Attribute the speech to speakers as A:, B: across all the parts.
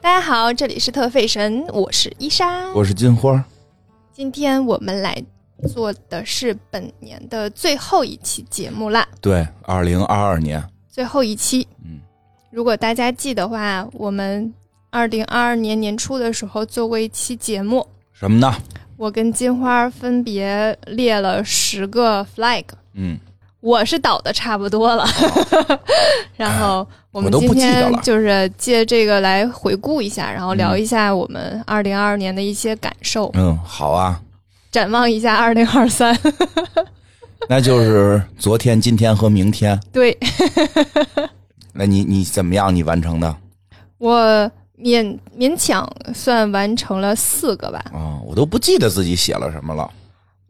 A: 大家好，这里是特费神，我是伊莎。
B: 我是金花，
A: 今天我们来做的是本年的最后一期节目啦，
B: 对，二零二二年，
A: 最后一期。
B: 嗯，
A: 如果大家记得话，我们二零二二年年初的时候做过一期节目，
B: 什么呢？
A: 我跟金花分别列了十个 flag，
B: 嗯，
A: 我是倒的差不多了， 然后我们
B: 我都
A: 今
B: 不记得
A: 天
B: 了
A: 就是借这个来回顾一下，然后聊一下我们二零二二年的一些感受，
B: 嗯，好啊，
A: 展望一下二零二三。
B: 那就是昨天、今天和明天。
A: 对
B: 那你你怎么样？你完成的啊、
A: 我勉勉强算完成了四个吧。
B: 啊我都不记得自己写了什么了。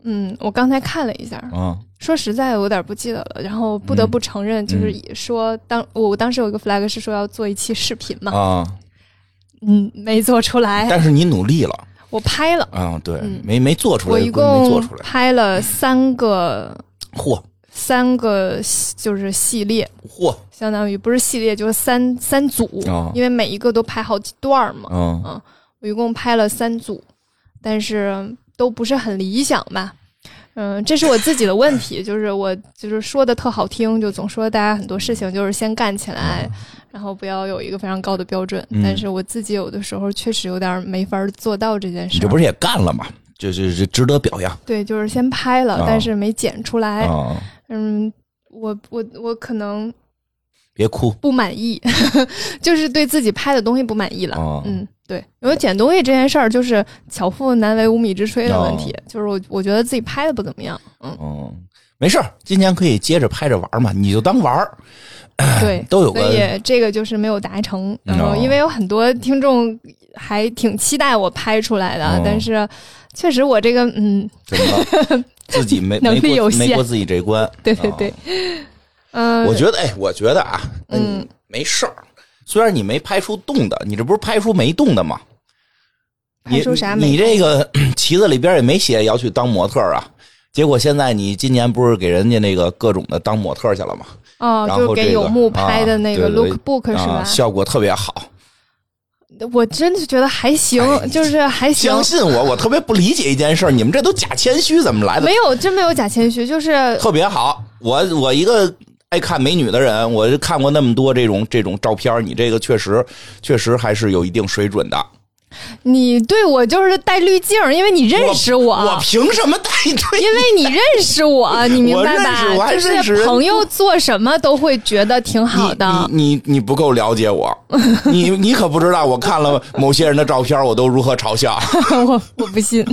A: 嗯，我刚才看了一下，
B: 嗯
A: 说实在我有点不记得了。然后不得不承认，就是
B: 嗯
A: 以说当我当时有一个 flag 是说要做一期视频嘛，
B: 啊、
A: 嗯，没做出来。
B: 但是你努力了
A: 我拍了，
B: 啊、对，
A: 嗯
B: 没没做出来，
A: 我一
B: 没做
A: 共
B: 出来。
A: 拍了三个
B: 嚯
A: 三个就是系列，
B: 嚯，
A: 相当于不是系列就是三三组，
B: 哦
A: 因为每一个都拍好几段儿嘛。
B: 嗯
A: 我一共拍了三组，但是都不是很理想吧。嗯，这是我自己的问题，就是我就是说的特好听，就总说大家很多事情就是先干起来，然后不要有一个非常高的标准。
B: 嗯
A: 但是我自己有的时候确实有点没法做到这件
B: 你
A: 事
B: 这
A: 儿。
B: 不是也干了吗？这这这值得表扬
A: 对，就是先拍了，
B: 啊
A: 但是没剪出来。
B: 啊、
A: 嗯，我我我可能
B: 别哭
A: 不满意， 就是对自己拍的东西不满意了。
B: 啊、
A: 嗯，对，因为捡东西这件事儿，就是巧妇难为无米之炊的
B: 哦
A: 问题，就是我我觉得自己拍的不怎么 样，嗯，
B: 嗯，没事儿，今年可以接着拍着玩儿嘛，你就当玩儿，
A: 对，
B: 都有个
A: 所以这个就是没有达成。然后
B: 哦
A: 因为有很多听众还挺期待我拍出来的，
B: 哦
A: 但是确实我这个嗯，
B: 怎么 了自己没
A: 能
B: 没
A: 力有
B: 过
A: 限
B: 没过自己这一关。
A: 对对对
B: 啊，
A: 嗯、
B: 我觉得哎，我觉得啊，
A: 嗯
B: 嗯，没事儿。虽然你没拍出动的，你这不是拍出没动的吗？你
A: 拍出啥
B: 你
A: 没？
B: 你这个 旗子里边也没写要去当模特儿啊。结果现在你今年不是给人家那个各种的当模特儿去了吗？
A: 哦，
B: 然
A: 就
B: 后
A: 给
B: 这个
A: 有木拍的那个
B: 啊对对
A: lookbook 是吧
B: 啊，？效果特别好。
A: 我真的觉得还行，
B: 哎
A: 就是还行。
B: 相信我，我特别不理解一件事儿，你们这都假谦虚怎么来的
A: 没？有，真没有假谦虚，就是
B: 特别好。我我一个爱看美女的人，我就看过那么多这种这种照片儿，你这个确实确实还是有一定水准的。
A: 你对我就是戴滤镜，因为你认识
B: 我凭什么带队？
A: 因为你认识我，你明白
B: 我认识我
A: 吧？
B: 还
A: 就
B: 认识
A: 是
B: 人
A: 朋友做什么都会觉得挺好的。
B: 你你你你不够了 解我，你你可不知道，我看了某些人的照片，我都如何嘲笑。
A: 我我不信，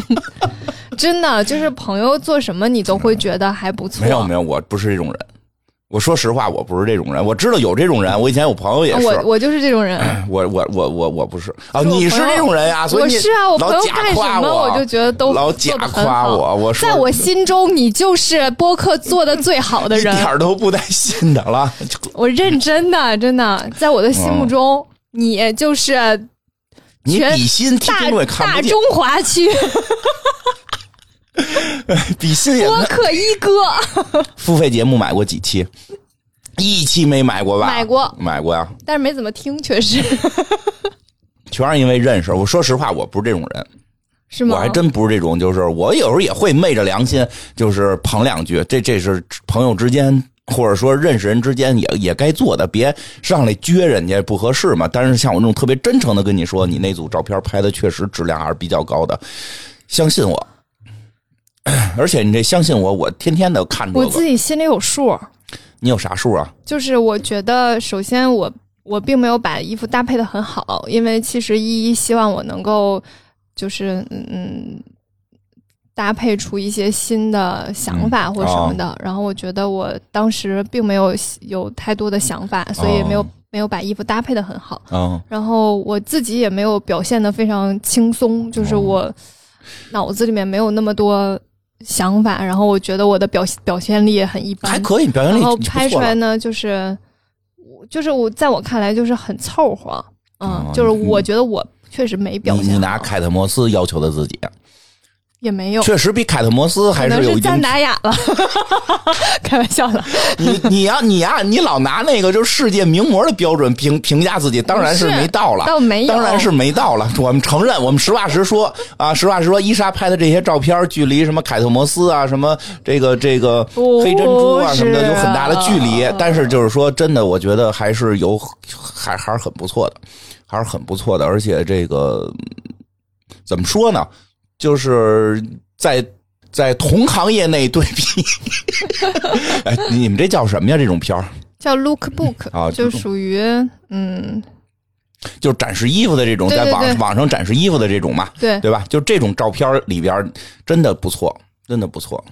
A: 真的就是朋友做什么你都会觉得还不错。
B: 没有没有，我不是这种人。我说实话，我不是这种人。我知道有这种人，我以前有朋友也是。
A: 我啊我就是这种人，
B: 我我我我我不是啊，
A: 是我
B: 你是
A: 朋友
B: 这种人呀、所以
A: 我
B: 你
A: 是啊，我朋
B: 老
A: 友
B: 假
A: 干
B: 夸
A: 什么
B: 我
A: 就觉得都
B: 老
A: 做
B: 假
A: 得很
B: 夸
A: 好
B: 我，我说
A: 在我心中你就是播客做的最好的
B: 一
A: 人
B: 点，儿都不带信的了。
A: 我认真的，真的，在我的心
B: 嗯
A: 目中、你就是
B: 你
A: 全
B: 比心，听
A: 大
B: 众也看
A: 大
B: 不见
A: 中，华区
B: 比心也
A: 播
B: 没
A: 客一 哥，
B: 付费节目买过几期？一期没买过吧？
A: 买过
B: 买过呀，
A: 但是没怎么听，确实
B: 全是因为认识。我说实话，我不是这种人，
A: 是吗？
B: 我还真不是这种，就是我有时候也会昧着良心，就是捧两句。这这是朋友之间。或者说认识人之间也也该做的，别上来撅人家不合适嘛。但是像我这种特别真诚的跟你说，你那组照片拍的确实质量还是比较高的，相信我。 而且你这相信我，我天天的看这
A: 我
B: 个。
A: 自己心里有数，
B: 你有啥数啊？
A: 就是我觉得，首先我我并没有把衣服搭配的很好，因为其实依依希望我能够就是嗯搭配出一些新的想
B: 嗯
A: 法或什么的。
B: 哦
A: 然后我觉得我当时并没有有太多的想法，所以也没有、
B: 哦
A: 没有把衣服搭配的很好。
B: 嗯，
A: 然后我自己也没有表现的非常轻松，就是
B: 哦
A: 我脑子里面没有那么多想法，然后我觉得我的表表现力也很一般，
B: 嗯还可以，表现力
A: 然后
B: 不
A: 拍出
B: 错
A: 来
B: 了。
A: 呢，就是我就是我在我看来就是很凑合，嗯，
B: 哦
A: 就是
B: 你
A: 我觉得我确实没表
B: 你
A: 现
B: 你拿
A: 好
B: 凯特摩斯要求的自己，
A: 也没有，
B: 确实比凯特摩斯还
A: 可能
B: 有
A: 是
B: 影
A: 赞达雅了， 开玩笑的。
B: 你你呀、你呀、你老拿那个就是世界名模的标准评评价自己，当然是
A: 是
B: 没到了，
A: 倒没有
B: 当然是没到了。我们承认，我们实话实说啊，实话实说，伊莎拍的这些照片，距离什么凯特摩斯啊，什么这个这个
A: 不
B: 黑珍珠啊什么的，
A: 是
B: 有很大的距离
A: 啊。
B: 但是就是说，真的，我觉得还是有还还是很不错的，还是很不错的。而且这个嗯怎么说呢，就是在。在同行业内对比， 哎，你们这叫什么呀？这种片儿
A: 叫 look book，、
B: 啊
A: 就属于嗯，
B: 就是展示衣服的这种，
A: 对对
B: 在网
A: 对
B: 网上展示衣服的这种嘛，
A: 对，
B: 对吧？就这种照片里边真的不错，真的不错。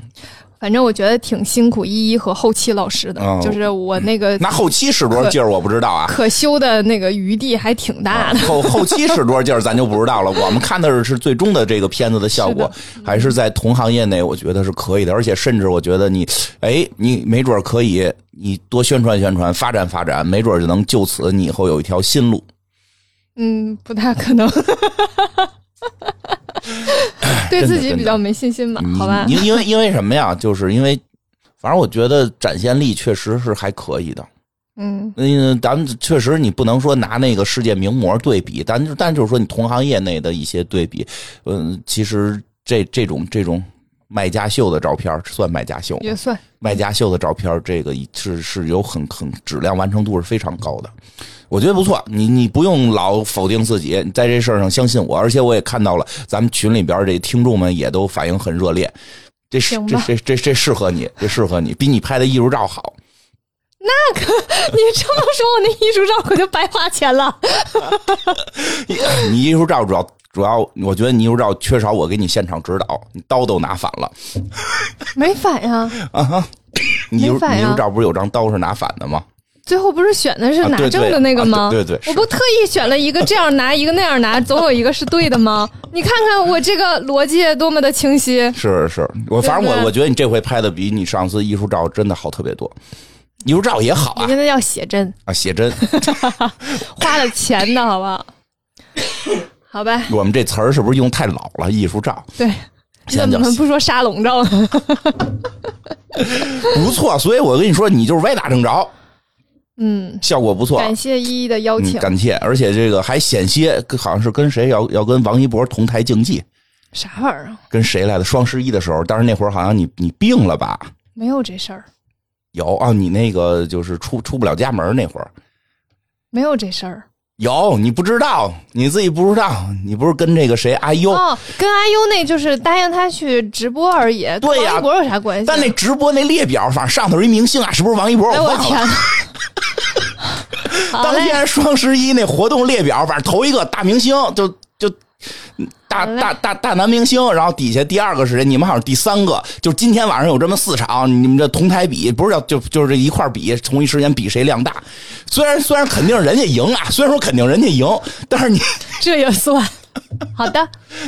A: 反正我觉得挺辛苦依依和后期老师的，
B: 哦
A: 就是我那个
B: 那后期使多少劲儿我不知道啊，
A: 可修的那个余地还挺大的。
B: 后后期使多少劲儿咱就不知道了。我们看的是最终的这个片子的效果，还是在同行业内，我觉得是可以的。而且甚至我觉得你，哎，你没准儿可以，你多宣传宣传，发展发展，没准儿就能就此你以后有一条新路。
A: 嗯，不太可 能，对自己比较没信心吧？好吧，
B: 嗯因因为因为什么呀？就是因为，反正我觉得展现力确实是还可以的。
A: 嗯，
B: 嗯，咱们确实你不能说拿那个世界名模对比，但就但就是说你同行业内的一些对比，嗯，其实这这种这种卖家秀的照片算卖家秀吗，
A: 也算
B: 卖家秀的照片，这个是是有很很质量完成度是非常高的，我觉得不错。你你不用老否定自己，你在这事儿上相信我，而且我也看到了咱们群里边这听众们也都反应很热烈，这是
A: 行
B: 这
A: 吧
B: 这这这适合你，这适合你，比你拍的艺术照好。
A: 你这么说，我那艺术照可就白花钱了。
B: 你艺术照主要主要，我觉得你艺术照缺少我给你现场指导，你刀都拿反了。
A: 没反呀，
B: 你艺术
A: 没反
B: 你
A: 呀
B: 艺术照不是有张刀是拿反的吗？
A: 最后不是选的是
B: 啊
A: 拿
B: 对对
A: 正的那个吗？
B: 啊对对对
A: 我不特意选了一个这样拿， 一个那样拿，总有一个是对的吗？你看看我这个逻辑多么的清晰。
B: 是是，我反正
A: 对不
B: 我
A: 对
B: 我觉得你这回拍的比你上次艺术照真的好特别多，艺术照也好啊
A: 你现在要写真，
B: 啊写真。
A: 花了钱的好不 好？好吧，
B: 我们这词儿是不是用太老了？艺术照
A: 对，
B: 现在
A: 怎
B: 叫
A: 么不说沙龙照呢？
B: 不错，所以我跟你说，你就是歪打正着，
A: 嗯，
B: 效果不错。
A: 感谢依依的邀
B: 嗯，
A: 请，
B: 感谢，而且这个还险些，好像是跟谁要要跟王一博同台竞技，
A: 啥玩意儿啊？
B: 跟谁来的？双十一的时候，但是那会儿好像你你病了吧？
A: 没有这事儿，
B: 有啊，你那个就是出出不了家门那会儿，
A: 没有这事儿。
B: 有你不知道，你自己不知道，你不是跟这个谁阿优、
A: 哦，跟阿优那就是答应他去直播而已，跟
B: 对呀
A: 王一博有啥关系？
B: 但那直播那列表，反正上头一明星啊，是不是王一博？
A: 哎
B: 我
A: 我
B: 忘了。
A: 天， 好
B: 当
A: 嘞，
B: 天双十一那活动列表，反正头一个大明星就就。大
A: 好嘞
B: 大大大男明星，然后底下第二个是谁？你们好像是第三个，就是今天晚上有这么四场，你们这同台比不是叫就就是这一块儿比，同一时间比谁量大。虽然虽然肯定人家赢啊，虽然说肯定人家赢，但是你
A: 这也算。 好的，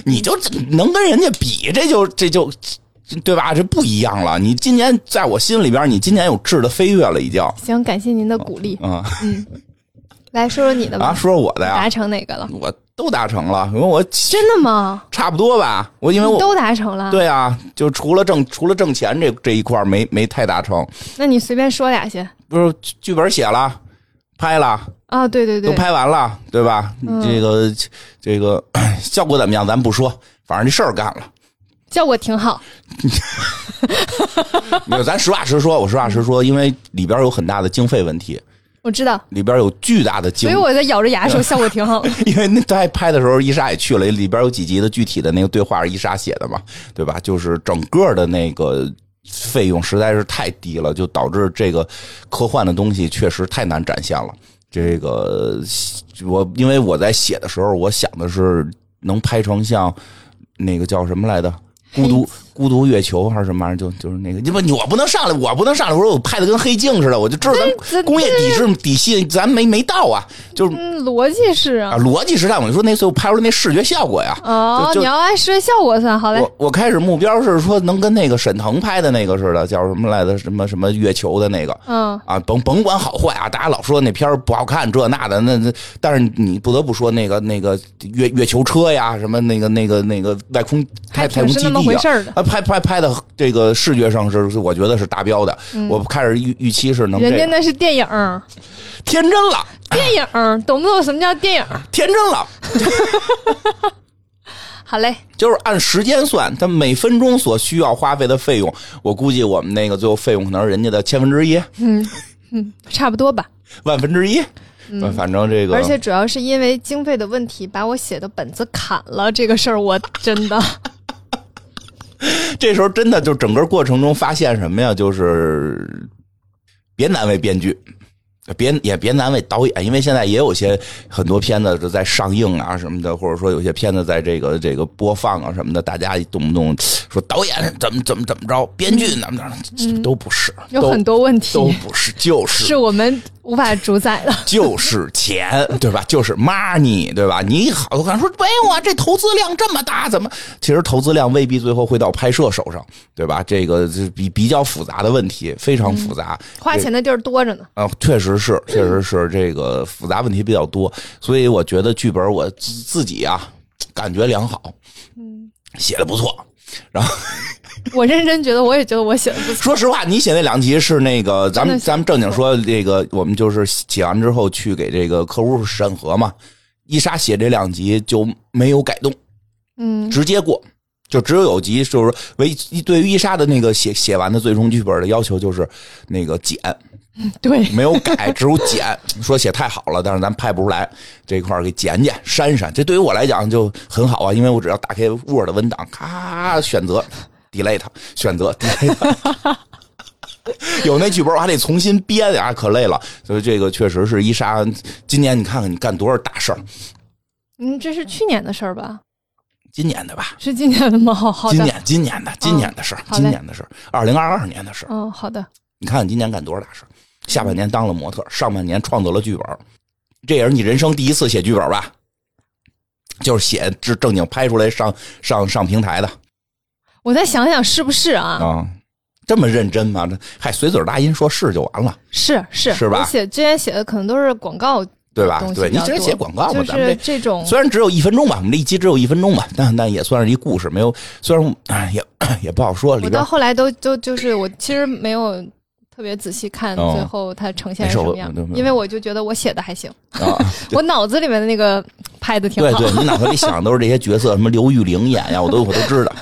B: 你就能跟人家比，这就这就对吧？这不一样了。你今年在我心里边，你今年有质的飞跃了，已经
A: 行，感谢您的鼓励。嗯
B: 啊
A: 来说说你的吧，
B: 啊！说说我的呀
A: 达，成哪个了？
B: 我都达成了，因为我
A: 真的吗？
B: 差不多吧，我因为
A: 你
B: 我
A: 都达成了？，
B: 对啊，就除了挣除了挣钱这这一块儿没没太达成，
A: 那你随便说俩先。
B: 不是剧剧本写了，拍了，
A: 啊，对对
B: 都
A: 对，嗯
B: 拍完了，对吧？这个这个 效果怎么样？咱不说，反正这事儿干 了。
A: 效果挺好。
B: 没有，咱实话实说，我实话实说，因为里边有很大的经费问题，
A: 我知道，
B: 里边有巨大的经
A: 所以我在咬着 牙说效果挺好。
B: 因为那在拍的时候，伊莎也去了，里边有几集的具体的那个对话是伊莎写的嘛，对吧？就是整个的那个费用实在是太低了，就导致这个科幻的东西确实太难展现了。这个我因为我在写的时候，我想的是能拍成像那个叫什么来的《孤独孤独月球还是什么玩意儿，就就是那个，你不你我不能上来，我不能上来，我说我拍的跟黑镜似的，我就知道咱
A: 这
B: 工业底是底细咱没没到啊，就是
A: 嗯，逻辑是
B: 啊
A: 啊。
B: 逻辑时代，我就说那次我拍出来那视觉效果呀，
A: 哦，
B: 啊就就
A: 你要按视觉效果算，好嘞。
B: 我我开始目标是说能跟那个沈腾拍的那个似的，叫什么来着？什么什么月球的那个
A: 嗯，
B: 啊，甭甭管好坏啊，大家老说那片儿不好看，这那的那那，但是你不得不说那个那个月月球车呀，什么那个那个那个外空太
A: 还
B: 太
A: 挺
B: 空
A: 是
B: 基
A: 那么
B: 地
A: 回
B: 啊
A: 事。儿的。
B: 啊，拍拍拍的这个视觉上是是我觉得是达标的，我开始预预期是能这
A: 嗯人
B: 个
A: 家那是电影儿，
B: 天真了，
A: 电影儿，懂不懂什么叫电影儿？
B: 天真了，
A: 好嘞，
B: 就是按时间算，它每分钟所需要花费的费用，我估计我们那个最后费用可能是人家的千分之一、
A: 差不多吧。
B: 万分之一，反反正这
A: 嗯
B: 个，
A: 而且主要是因为经费的问题，把我写的本子砍了。这个事儿我真 的
B: 这时候真的就整个过程中发现什么呀？就是别难为编剧。别也别难为导演，因为现在也有些很多片子是在上映啊什么的，或者说有些片子在这个这个播放啊什么的，大家动不动说导演怎么怎么怎么着，编剧怎么怎么着，都不是，
A: 有很
B: 都
A: 多问
B: 都
A: 题，
B: 不是，就是
A: 是我们无法主宰 的。
B: 就是钱， 对吧？就是 money，对吧？你好多看说，哎我这投资量这么大，怎么？其实投资量未必最后会到拍摄手上，对吧？这个这比比较复杂的问题，非常复杂。
A: 嗯花钱的地儿多着呢。
B: 啊，确实是，确实是这个复杂问题比较多，所以我觉得剧本我自自己啊感觉良好，嗯，写的不错。然后
A: 我认真觉得，我也觉得我写的不错。
B: 说实话，你写那两集是那个，咱们
A: 真的是
B: 咱们正经说，这个我们就是写完之后去给这个客户审核嘛。伊莎写这两集就没有改动，
A: 嗯，
B: 直接过，就只有有集就是唯一对于伊莎的那个写写完的最终剧本的要求就是那个剪，
A: 对，
B: 没有改，只有剪。 说写太好了，但是咱拍不出来，这块儿给剪剪、删删。这对于我来讲就很好啊，因为我只要打开 Word 文档，咔选择 delete，选择 delete。有那剧本我还得重新编呀，可累了。所以这个确实是伊莎，今年你看看你干多少大事儿，
A: 嗯，这是去年的事儿吧？
B: 今年的吧。
A: 是今年的吗？好哦好
B: 今
A: 的，
B: 年，今年的，今年的事儿，
A: 好嘞
B: 今年的事儿，二零二二年的事儿。
A: 嗯，好的，
B: 你看你今年干多少大事儿？下半年当了模特，上半年创作了剧本，这也是你人生第一次写剧本吧？就是写正正经拍出来上上上平台的
A: 我再想想是不是啊？
B: 啊、这么认真吗？这还随嘴答音说是就完了，
A: 是是
B: 是吧
A: 我写之前写的可能都是广告，
B: 对吧
A: 东？西
B: 对
A: 比
B: 你
A: 较
B: 直接
A: 多
B: 写广告嘛，
A: 就
B: 咱们
A: 是嗯
B: 这。
A: 这种
B: 虽然只有一分钟吧，我们这一集只有一分钟吧，但但也算是一故事，没有虽然哎也 也不好说里
A: 我
B: 边
A: 到后来都都就是我其实没有特别仔细看
B: 哦
A: 最后它呈现是什么样
B: 没事我我都没，有
A: 因为我就觉得我写的还行，
B: 啊，
A: 我脑子里面的那个拍的挺
B: 对
A: 好。
B: 对，你脑子里想的都是这些角色，什么刘玉玲演呀，我都我都知道。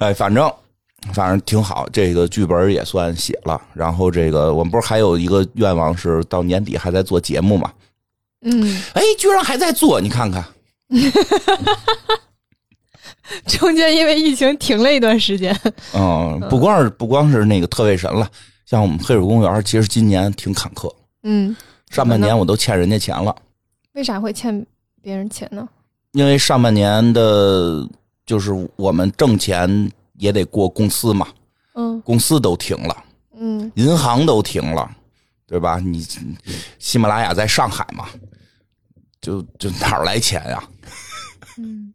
B: 哎，反正反正挺好，这个剧本也算写了。然后这个我们不是还有一个愿望是到年底还在做节目嘛？
A: 嗯，
B: 哎，居然还在做，你看看，
A: 中间因为疫情停了一段时间，
B: 嗯，不光是不光是那个特卫神了，像我们黑水公园，其实今年挺坎坷，
A: 嗯，
B: 上半年我都欠人家钱了。
A: 为啥会欠别人钱呢？
B: 因为上半年的，就是我们挣钱也得过公司嘛，
A: 嗯
B: 公司都停了，
A: 嗯，
B: 银行都停了，对吧？你你喜马拉雅在上海嘛，就就哪儿来钱呀、
A: 嗯，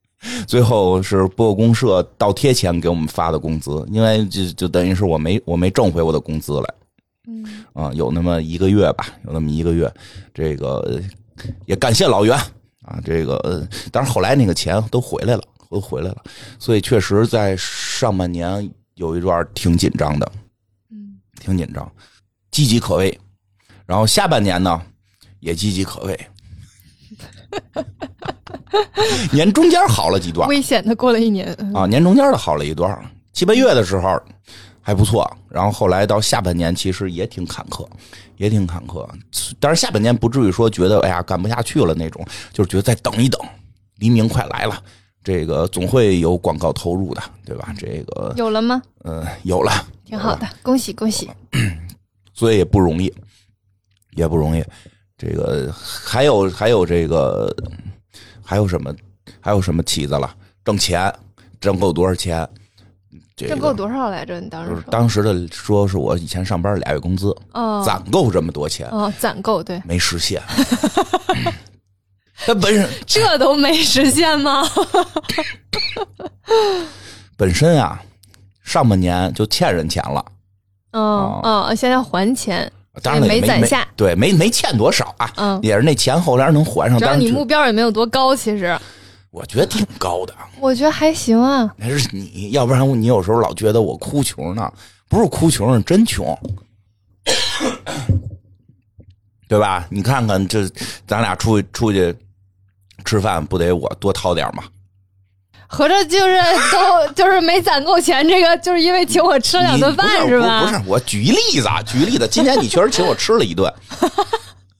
B: 最后是播客公社倒贴钱给我们发的工资，因为就就等于是我没我没挣回我的工资来，
A: 嗯，
B: 啊、有那么一个月吧，有那么一个月，这个呃也感谢老袁啊，这个呃当然后来那个钱都回来了，都回来了，所以确实在上半年有一段挺紧张的，
A: 嗯，
B: 挺紧张，岌岌可危，然后下半年呢也岌岌可危。年中间好了几段，
A: 危险的过了一年，嗯
B: 啊，年中间的好了一段儿，七八月的时候还不错，然后后来到下半年其实也挺坎坷，也挺坎坷。但是下半年不至于说觉得哎呀干不下去了那种，就是觉得再等一等，黎明快来了，这个总会有广告投入的，对吧？这个
A: 有了吗？
B: 嗯、呃有了，
A: 挺好的，恭喜恭喜。
B: 所以也不容易，也不容易。这个还有还有这个还有什么还有什么旗子了？挣钱，挣够多少钱？这个
A: 挣够多少来着？你当时
B: 就是
A: 说，
B: 当时的说是我以前上班俩月工资，
A: 哦，
B: 攒嗯够这么多钱，
A: 哦，攒够，对，
B: 没 实现。他本身
A: 这都没实现吗？
B: 本身啊，上半年就欠人钱了，
A: 嗯
B: 哦
A: 嗯，现在还钱，
B: 当然了
A: 也
B: 也
A: 没
B: 没
A: 攒下
B: 对，没没欠多少啊，
A: 嗯
B: 也是那钱后来能还上。
A: 主要
B: 当然
A: 你
B: 就
A: 目标也没有多高，其实
B: 我觉得挺高的，
A: 我觉得还行啊。
B: 还是你，要不然你有时候老觉得我哭穷呢，不是哭穷，是真穷，对吧？你看看这，咱俩出去出去吃饭，不得我多掏点吗？
A: 合着就是都就是没攒够钱，这个就是因为请我吃了两顿饭
B: 你不是
A: 吧？
B: 不是，我举一例子啊，举一例子，今年你确实请我吃了一顿，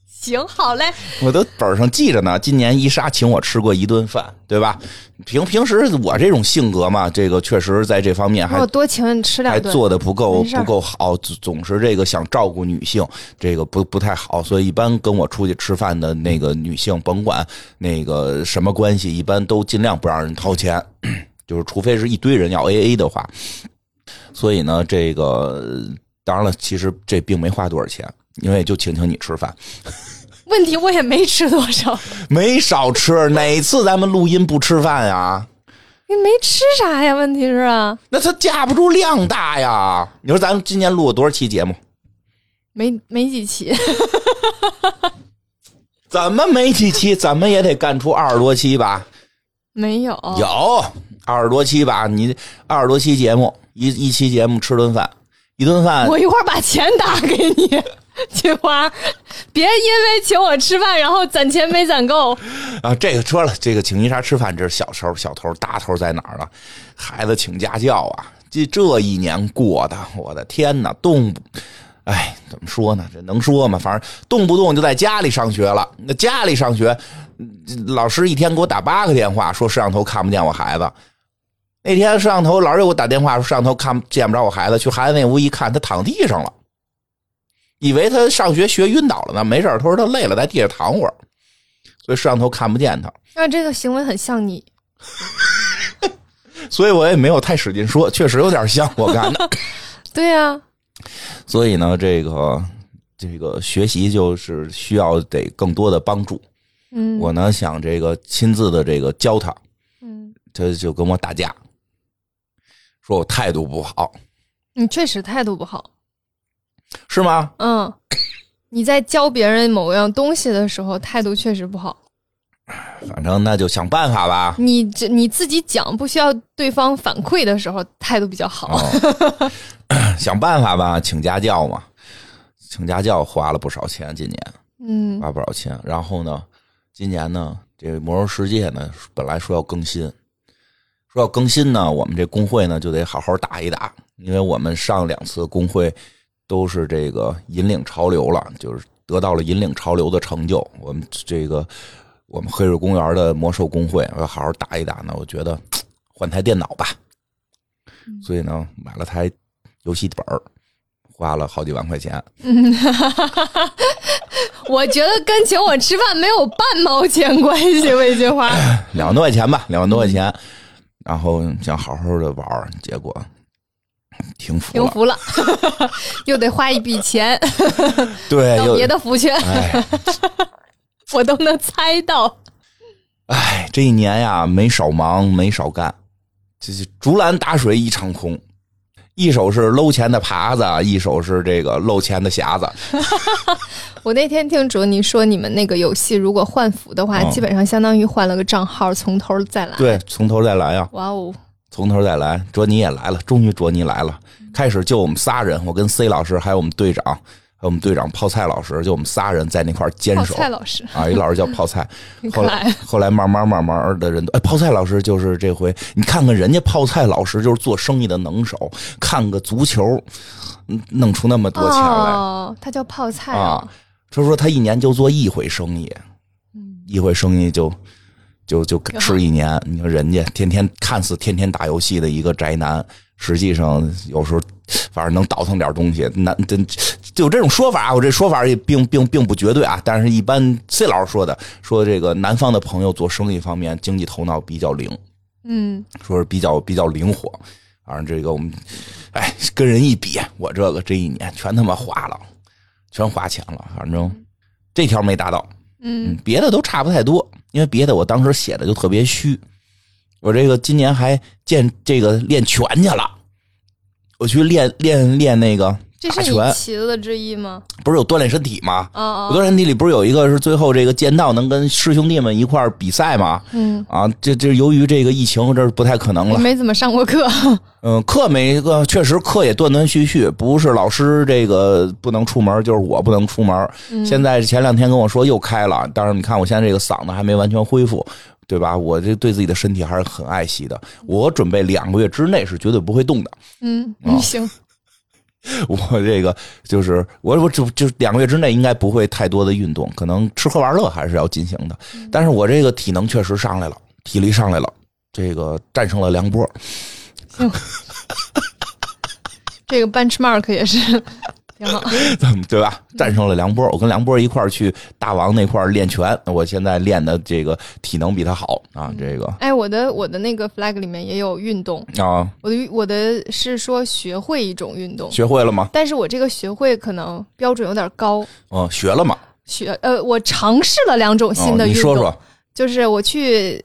A: 行，好嘞，
B: 我都本上记着呢。今年伊莎请我吃过一顿饭，对吧？平平时我这种性格嘛，这个确实在这方面还
A: 那我多请你吃
B: 还
A: 两顿。
B: 做的不够
A: 没事儿
B: 不够好，总总是这个想照顾女性，这个不不太好，所以一般跟我出去吃饭的那个女性，甭管那个什么关系，一般都尽量不让人掏钱，就是除非是一堆人要 A A 的话。所以呢，这个呃当然了，其实这并没花多少钱，因为就请请你吃饭，
A: 问题我也没吃多少，
B: 没少吃，哪次咱们录音不吃饭呀？
A: 你没吃啥呀？问题是啊，
B: 那它架不住量大呀！你说咱们今年录了多少期节目？
A: 没没几期，
B: 怎么没几期？怎么也得干出二十多期吧？
A: 没有。
B: 有二十多期吧？你二十多期节目，一一期节目吃顿饭，一顿饭
A: 我一会儿把钱打给你， 菊花，别因为请我吃饭，然后攒钱没攒 够。
B: 啊，这个说了，这个请伊莎吃饭这是小头，小头大头在哪儿呢？孩子请家教啊，这这一年过的，我的天哪，动不。哎，怎么说呢？这能说吗？反正动不动就在家里上学了。那家里上学，嗯老师一天给我打八个电话，说摄像头看不见我孩子。那天摄像头老师又给我打电话说摄像头看不见不着我孩子，去孩子那屋一看，他躺地上了，以为他上学学晕倒了呢。没事儿他说他累了，在地下躺会儿，所以摄像头看不见他。
A: 那这个行为很像你，
B: 所以我也没有太使劲说，确实有点像我干的。
A: 对啊呀、
B: 所以呢，这个这个学习就是需要得更多的帮助。
A: 嗯，
B: 我呢想这个亲自的这个教他，
A: 嗯，
B: 他就跟我打架，说我态度不好，
A: 你确实态度不好。
B: 是吗？
A: 嗯，你在教别人某样东西的时候，态度确实不好。
B: 反正那就想办法吧。
A: 你这你自己讲，不需要对方反馈的时候，态度比较好。
B: 哦想办法吧，请家教嘛，请家教花了不少钱，今年
A: 嗯
B: 花不少钱。然后呢，今年呢，这《魔兽世界》呢，本来说要更新，说要更新呢，我们这工会呢就得好好打一打，因为我们上两次工会都是这个引领潮流了，就是得到了引领潮流的成就。我们这个我们黑水公园的魔兽工会我要好好打一打呢，我觉得换台电脑吧，所以呢买了台游戏本儿，花了好几万块钱。
A: 嗯，我觉得跟请我吃饭没有半毛钱关系，魏金花。
B: 两万多块钱吧，两万多块钱，然后想好好的玩儿，结果停服
A: 停
B: 了，
A: 服了， 又得花一笔钱
B: 对，
A: 到
B: 又
A: 别的服去，
B: 哎
A: 我都能猜到。
B: 哎，这一年呀，没少忙，没少干，这是竹篮打水一场空。一手是搂钱的耙子，一手是这个露钱的匣子，
A: 我那天听卓你说，你们那个游戏如果换服的话，
B: 嗯
A: 基本上相当于换了个账号，从头再来。
B: 对，从头再来呀、
A: 哇哦，
B: 从头再来。卓尼也来了，终于卓尼来了。开始就我们仨人，我跟 C 老师还有我们队长，还有我们队长泡菜老师，就我们仨人在那块儿坚
A: 泡
B: 守。
A: 菜老师
B: 啊，一老师叫泡菜，
A: 挺
B: 后
A: 可爱
B: 来后来慢慢慢慢的人都，哎，泡菜老师就是这回，你看看人家泡菜老师就是做生意的能手，看个足球，嗯弄出那么多钱来、
A: 哦，他叫泡菜
B: 啊。他说他一年就做一回生意，一回生意就就就吃一年。你说人家天天看似天天打游戏的一个宅男，实际上有时候反正能倒腾点东西。那真就有这种说法啊，我这说法也并并并不绝对啊，但是一般 C 老师说的，说这个南方的朋友做生意方面经济头脑比较灵。
A: 嗯，
B: 说是比较比较灵活。反正这个我们，哎，跟人一比，我这个这一年全他妈花了，全花钱了。反正这条没达到，
A: 嗯，
B: 别的都差不太多，因为别的我当时写的就特别虚。我这个今年还见这个练拳去了，我去练练练那个
A: 这
B: 打
A: 是
B: 拳
A: 你，旗子之一吗？
B: 不是有锻炼身体吗？
A: 哦
B: 我锻
A: 哦，
B: 炼身体里不是有一个是最后这个剑道能跟师兄弟们一块儿比赛吗？
A: 嗯，哎
B: 啊，这这由于这个疫情，这是不太可能
A: 我
B: 了。
A: 没怎么上过 课，
B: 嗯，课每个确实课也断断续续，不是老师这个不能出门，就是我不能出门。
A: 嗯
B: 现在前两天跟我说又开了，但是你看我现在这个嗓子还没完全恢复，对吧？我这对自己的身体还是很爱惜的。我准备两个月之内是绝对不会动的。
A: 嗯，
B: 哦
A: 行，
B: 我这个就是我我只就两个月之内应该不会太多的运动，可能吃喝玩乐还是要进行的。但是我这个体能确实上来了，体力上来了，这个战胜了梁波。
A: 这个 benchmark 也是挺好，
B: 对吧？战胜了梁波，我跟梁波一块儿去大王那块儿练拳，我现在练的这个体能比他好啊，这个
A: 哎，我的我的那个 flag 里面也有运动，
B: 啊，
A: 我的我的是说学会一种运动，
B: 学会了吗？
A: 但是我这个学会可能标准有点高，
B: 嗯，学了吗？
A: 学呃，我尝试了两种新
B: 哦
A: 的
B: 你
A: 运动，
B: 说说，
A: 就是我去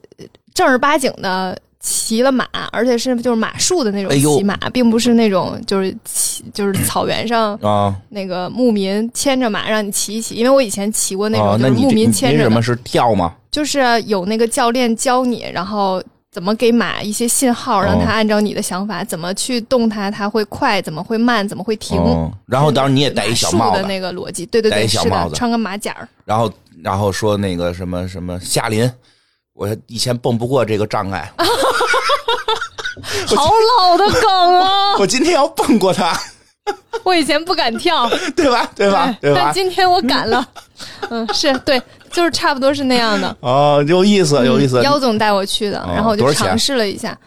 A: 正儿八经的骑了马，而且是就是马术的那种
B: 哎呦
A: 骑马，并不是那种就是骑就是草原上
B: 啊
A: 那个牧民牵着马让你骑一骑，因为我以前骑过那种
B: 啊，
A: 就
B: 那
A: 是
B: 你
A: 牧
B: 这
A: 民
B: 你
A: 牵
B: 这
A: 着
B: 什
A: 的，
B: 么是跳吗？
A: 就是有那个教练教你，然后。怎么给马一些信号，
B: 哦
A: 让它按照你的想法，怎么去动它，它会快，怎么会慢，怎么会停？
B: 嗯，然后当时你也戴一小帽
A: 马术
B: 子
A: 的，那个逻辑，对对
B: 戴
A: 对，
B: 一小
A: 是
B: 帽
A: 的，
B: 子
A: 穿个马甲儿，
B: 然后然后说那个什么什么夏林，我以前蹦不过这个障碍，
A: 好老的梗啊！
B: 我今天要蹦过他，
A: 我以前不敢跳，
B: 对吧？ 对吧？对吧
A: 但？哎今天我敢了。嗯，是对，就是差不多是那样的。
B: 哦，有意思，有意思
A: 嗯。妖总带我去的，
B: 哦
A: 然后我就
B: 多少钱
A: 尝试了一下。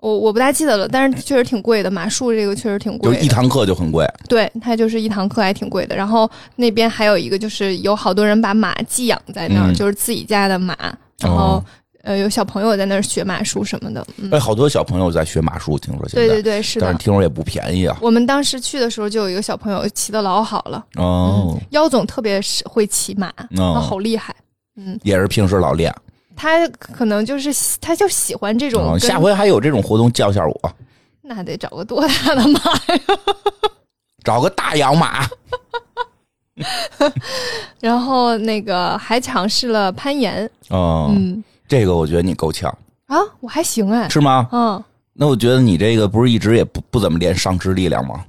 A: 我我不大记得了，但是确实挺贵的，马术这个确实挺
B: 就
A: 贵
B: 一
A: 的。
B: 堂课就很贵，
A: 对，它就是一堂课还挺贵的。然后那边还有一个就是有好多人把马寄养在那儿，
B: 嗯
A: 就是自己家的马，然后、
B: 哦
A: 呃有小朋友在那儿学马术什么的。嗯，
B: 哎，好多小朋友在学马术，听说现在，
A: 对对对，是
B: 但
A: 的
B: 是。听说也不便宜啊。
A: 我们当时去的时候，就有一个小朋友骑的老好了，
B: 哦，
A: 妖总特别是会骑马，他好厉害。
B: 也是平时老练。
A: 他可能就是喜他就喜欢这种
B: 哦
A: 跟，
B: 下回还有这种活动叫一下我，
A: 那得找个多大的马 呀。
B: 找个大洋马。
A: 然后那个还尝试了攀岩，
B: 哦，
A: 嗯
B: 这个我觉得你够呛，
A: 啊，我还行哎，
B: 是吗？
A: 嗯，
B: 那我觉得你这个不是一直也不不怎么练上肢力量吗？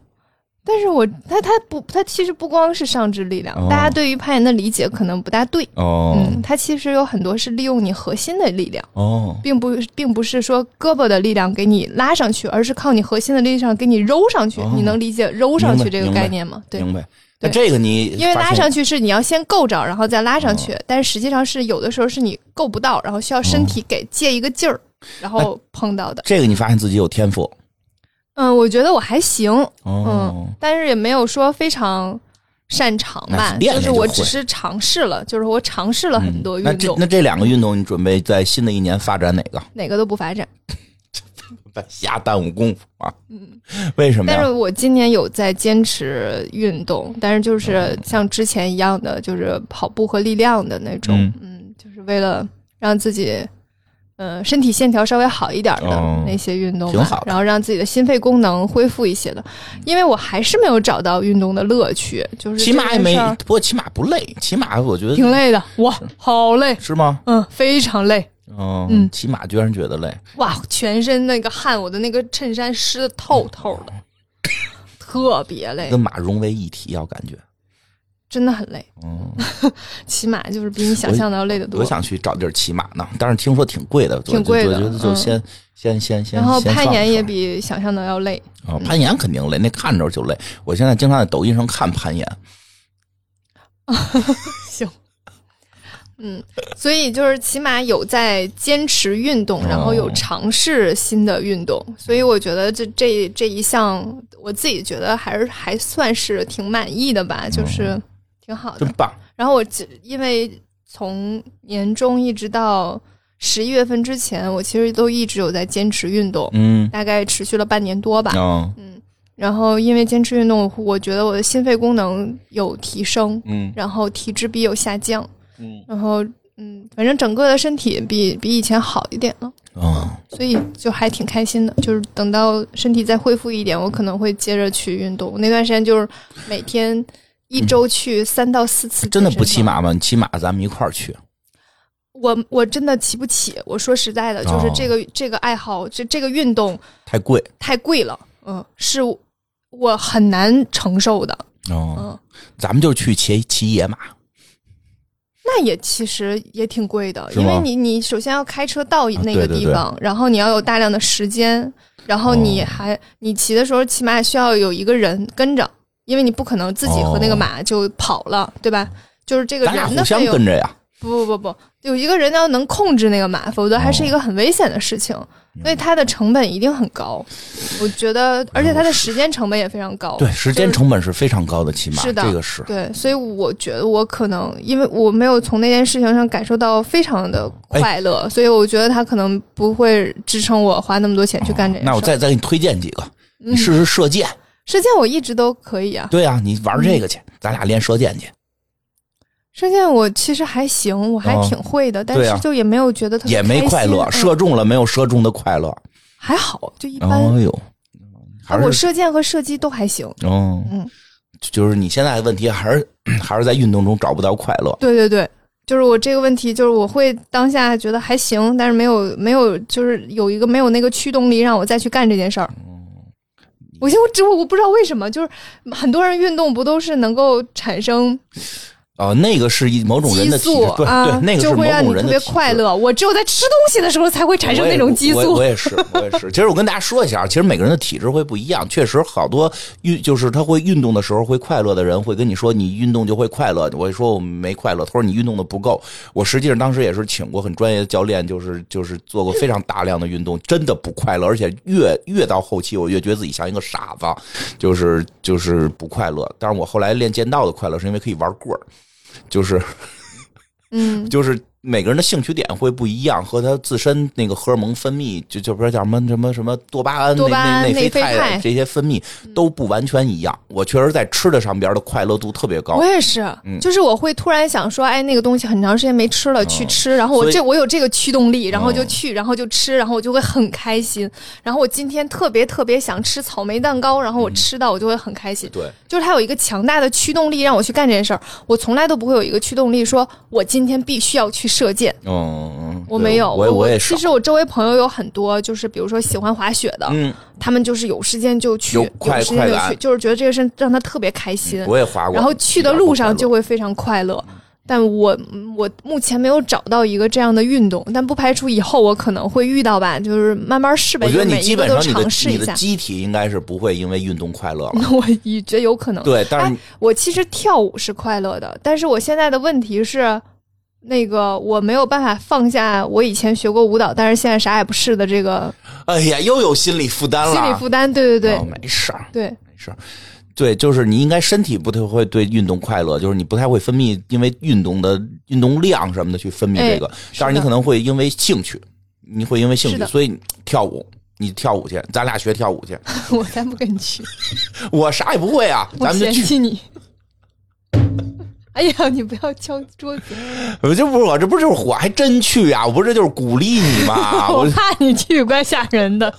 A: 但是我他他不他其实不光是上肢力量，
B: 哦
A: 大家对于攀岩的理解可能不大对，
B: 哦
A: 嗯，它其实有很多是利用你核心的力量。
B: 哦
A: 并不，并不是说胳膊的力量给你拉上去，而是靠你核心的力量给你揉上去。
B: 哦
A: 你能理解揉上去
B: 明白
A: 这个
B: 明白
A: 概念吗？对，
B: 明白。那
A: 对
B: 这个你
A: 因为
B: 发
A: 拉
B: 现哦
A: 上去是你要先够着，然后再拉上去，但实际上是有的时候是你够不到，然后需要
B: 哦
A: 身体给借一个劲儿，
B: 哎
A: 然后碰到的。
B: 这个你发现自己有天赋
A: 嗯，我觉得我还行，
B: 哦
A: 嗯，，但是也没有说非常擅长吧
B: 那，哎练练
A: 是
B: 就
A: 我
B: 会
A: 只是尝试了，就是我尝试了很多
B: 嗯那
A: 运
B: 这
A: 动，
B: 那这两个运动，你准备在新的一年发展哪个？
A: 哪个都不发展。
B: 瞎耽误功夫啊！为什么
A: 嗯但
B: 呀？
A: 是我今年有在坚持运动，但是
B: 哦
A: 就是像之前一样的，就是跑步和力量的那种，嗯就是为了让自己，呃，身体线条稍微好一点的
B: 哦
A: 那些运动吧，
B: 挺好的嗯
A: 然后让自己的心肺功能恢复一些的，因为我还是没有找到运动的乐趣，就是
B: 骑马也
A: 这件
B: 没嗯
A: 事儿，
B: 不过骑马不累，骑马我觉得
A: 挺累的，哇，好累，
B: 是吗？
A: 嗯，非常累，
B: 嗯
A: 嗯
B: 骑马居然觉得累，
A: 哇，全身那个汗，我的那个衬衫湿的透透的，
B: 哦
A: 特别累
B: 跟，马融为一体，要感觉。
A: 真的很累。
B: 嗯，
A: 骑马就是比你想象的要累得 多
B: 我。想去找地儿骑马呢，但是听说挺贵的，
A: 挺贵的
B: 我觉得就
A: 嗯
B: 先、先先先。
A: 然后
B: 先
A: 攀
B: 放一
A: 岩也
B: 放
A: 比嗯想象的要累，
B: 啊、攀岩肯定累，那看着就累。我现在经常在抖音上看攀岩，
A: 行，嗯，所以就是起码有在坚持运
B: 哦
A: 动，然后有尝试新的运动，所以我觉得这这这一项我自己觉得还是还算是挺满意的
B: 哦
A: 吧，就是挺好的
B: 真。棒。
A: 然后我只因为从年中一直到十一月份之前，我其实都一直有在坚持运动，
B: 嗯
A: 大概持续了半年多吧。
B: 嗯
A: 然后因为坚持运动，我觉得我的心肺功能有提升，
B: 嗯
A: 然后体脂比有下降，
B: 嗯
A: 然后嗯，反正整个的身体比比以前好一点了，
B: 嗯
A: 所以就还挺开心的。就是等到身体再恢复一点，我可能会接着去运动。我那段时间就是每天一周去三到四次、
B: 嗯真的不骑？马吗？你骑马咱们一块儿去。
A: 我我真的骑不起。我说实在的，就是
B: 哦
A: 这个、这个爱好，这这个运动
B: 太贵
A: 太贵了，嗯，是我很难承受的。
B: 哦，
A: 嗯
B: 咱们就去骑骑野马，
A: 那也其实也挺贵的，
B: 是
A: 因
B: 吗
A: 为你你首先要开车到那
B: 啊对
A: 个
B: 对
A: 地方，然后你要有大量的时间，然后你
B: 哦
A: 还、你骑的时候起码需要有一个人跟着，因为你不可能自己和那个马就跑了，对吧？就是这个
B: 哦咱俩
A: 人
B: 互
A: 的
B: 相
A: 费用
B: 跟，着呀。
A: 不不不不，有一个人要能控制那个马，否则还
B: 哦
A: 是一个很危险的事情，
B: 嗯
A: 所以它的成本一定很高。我觉得，而且它的时间成本也非常高。
B: 哎对，时间
A: 就是
B: 成本是非常高的，骑马
A: 哦是的
B: 这个是。
A: 对，所以我觉得我可能因为我没有从那件事情上感受到非常的
B: 哎
A: 快乐，所以我觉得他可能不会支撑我花那么多钱去干这件事。
B: 哦那我再再给你推荐几个，你试试射箭。
A: 射箭，我一直都可以啊。
B: 对啊，你玩这个去，
A: 嗯
B: 咱俩练射箭去，
A: 射箭我其实还行，我还
B: 哦
A: 挺会的，但
B: 对
A: 是
B: 啊
A: 就也没有觉得特别
B: 也没
A: 开心
B: 快乐，
A: 嗯
B: 射中了没有射中的快乐。
A: 还好，就一般。
B: 哎呦，还
A: 我
B: 是
A: 射箭和射击都还行。
B: 哦，
A: 嗯
B: 就是你现在的问题还是 还是在运动中找不到快乐。
A: 对对对。就是我这个问题，就是我会当下觉得还行，但是没有没有，就是有一个没有那个驱动力让我再去干这件事儿。
B: 嗯
A: 我现在我只我不知道为什么，就是很多人运动不都是能够产生
B: 哦，那个是一某种人
A: 激
B: 的体
A: 素
B: 质，对
A: 啊，
B: 对，那个是
A: 就
B: 某
A: 会让
B: 种
A: 你
B: 人
A: 特
B: 的
A: 别
B: 体质
A: 快。乐。我只有在吃东西的时候才会产生那种激
B: 我也我
A: 素。
B: 也是，我也 是。其实我跟大家说一下，其实每个人的体质会不一样。确实，好多运就是他会运动的时候会快乐的人，会跟你说你运动就会快乐。我说我没快乐，他说你运动的不够。我实际上当时也是请过很专业的教练，就是就是做过非常大量的运动，真的不快乐。而且越越到后期，我越觉得自己像一个傻子，就是就是不快乐。但是我后来练剑道的快乐是因为可以玩棍儿，就是。
A: 嗯，
B: 就是每个人的兴趣点会不一样，和他自身那个荷尔蒙分泌，就就不是叫什么什么什么多巴胺、
A: 多巴胺
B: 内内
A: 内啡
B: 啡
A: 肽嗯
B: 这些分泌都不完全一样。我确实在吃的上边的快乐度特别高
A: 我，也是，
B: 嗯
A: 就是我会突然想说，哎，那个东西很长时间没吃了，去吃。然后我
B: 哦所以哦
A: 这我有这个驱动力，然后就去，然后就吃，然后我就会很开心。然后我今天特别特别想吃草莓蛋糕，然
B: 嗯
A: 后我吃到我就会很开心。
B: 对，
A: 就是它有一个强大的驱动力让我去干这件事儿。我从来都不会有一个驱动力说，我今天必须要去射箭。
B: 嗯，嗯
A: 我没有，
B: 对我
A: 我
B: 也
A: 其
B: 是，
A: 实我周围朋友有很多，就是比如说喜欢滑雪的，
B: 嗯，
A: 他们就是有时间就去，
B: 有
A: 有
B: 快
A: 时间
B: 快
A: 就
B: 感嗯
A: 去，就是觉得这个事儿让他特别开心。
B: 啊我也滑过。
A: 然后去的路上就会非常快乐。
B: 嗯
A: 但我我目前没有找到一个这样的运动，但不排除以后我可能会遇到吧，就是慢慢试呗，
B: 我觉得
A: 就
B: 你
A: 每
B: 基
A: 一个
B: 本
A: 都
B: 上你的
A: 尝试
B: 你
A: 一
B: 的
A: 下。
B: 机体应该是不会因为运动快乐了。
A: 我也觉得有可能。
B: 对，但是
A: 哎
B: 你，
A: 我其实跳舞是快乐的，但是我现在的问题是，那个我没有办法放下我以前学过舞蹈，但是现在啥也不是的这个
B: 哎呀，又有心理负担了。
A: 心理负担。对对对、
B: 哦没事儿，
A: 对，
B: 没事儿。对，就是你应该身体不太会对运动快乐，就是你不太会分泌因为运动的运动量什么的去分泌这个，
A: 哎是的
B: 但是你可能会因为兴趣，你会因为兴
A: 是
B: 趣，
A: 的
B: 所以你跳舞，你跳舞去，咱俩学 跳舞去，
A: 我才不跟你去，
B: 我啥也不会啊，
A: 我
B: 咱们就
A: 嫌
B: 去，
A: 弃你。 哎呀，你不要敲桌子。
B: 我这不是我这不是就是我还真去啊，我不是就是鼓励你嘛， 啊我
A: 我怕你去，怪吓人的。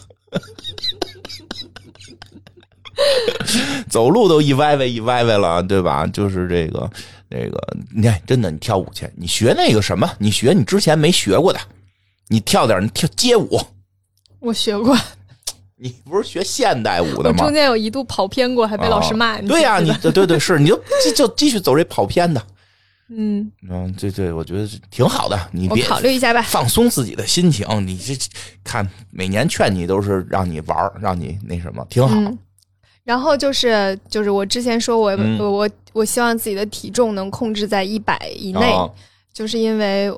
B: 走路都一歪歪一歪歪了，啊对吧？就是这个这个，你看，真的，你跳舞去，你学那个什么，你学你之前没学过的，你跳点儿你跳街舞。
A: 我学过，
B: 你不是学现代舞的
A: 我
B: 吗
A: 中？间有一度跑偏过，还被老师骂。
B: 啊
A: 你
B: 对呀、
A: 记
B: 你
A: 得
B: 对对对，是，你就就就继续走这跑偏的，
A: 嗯，
B: 嗯，对对，我觉得是挺好的，你
A: 我
B: 别
A: 考虑一下吧。
B: 放松自己的心情，你这看每年劝你都是让你玩儿，让你那什么，挺好，
A: 嗯，然后就是就是我之前说我、
B: 嗯
A: 我我我希望自己的体重能控制在一百以内，
B: 啊
A: 就是因为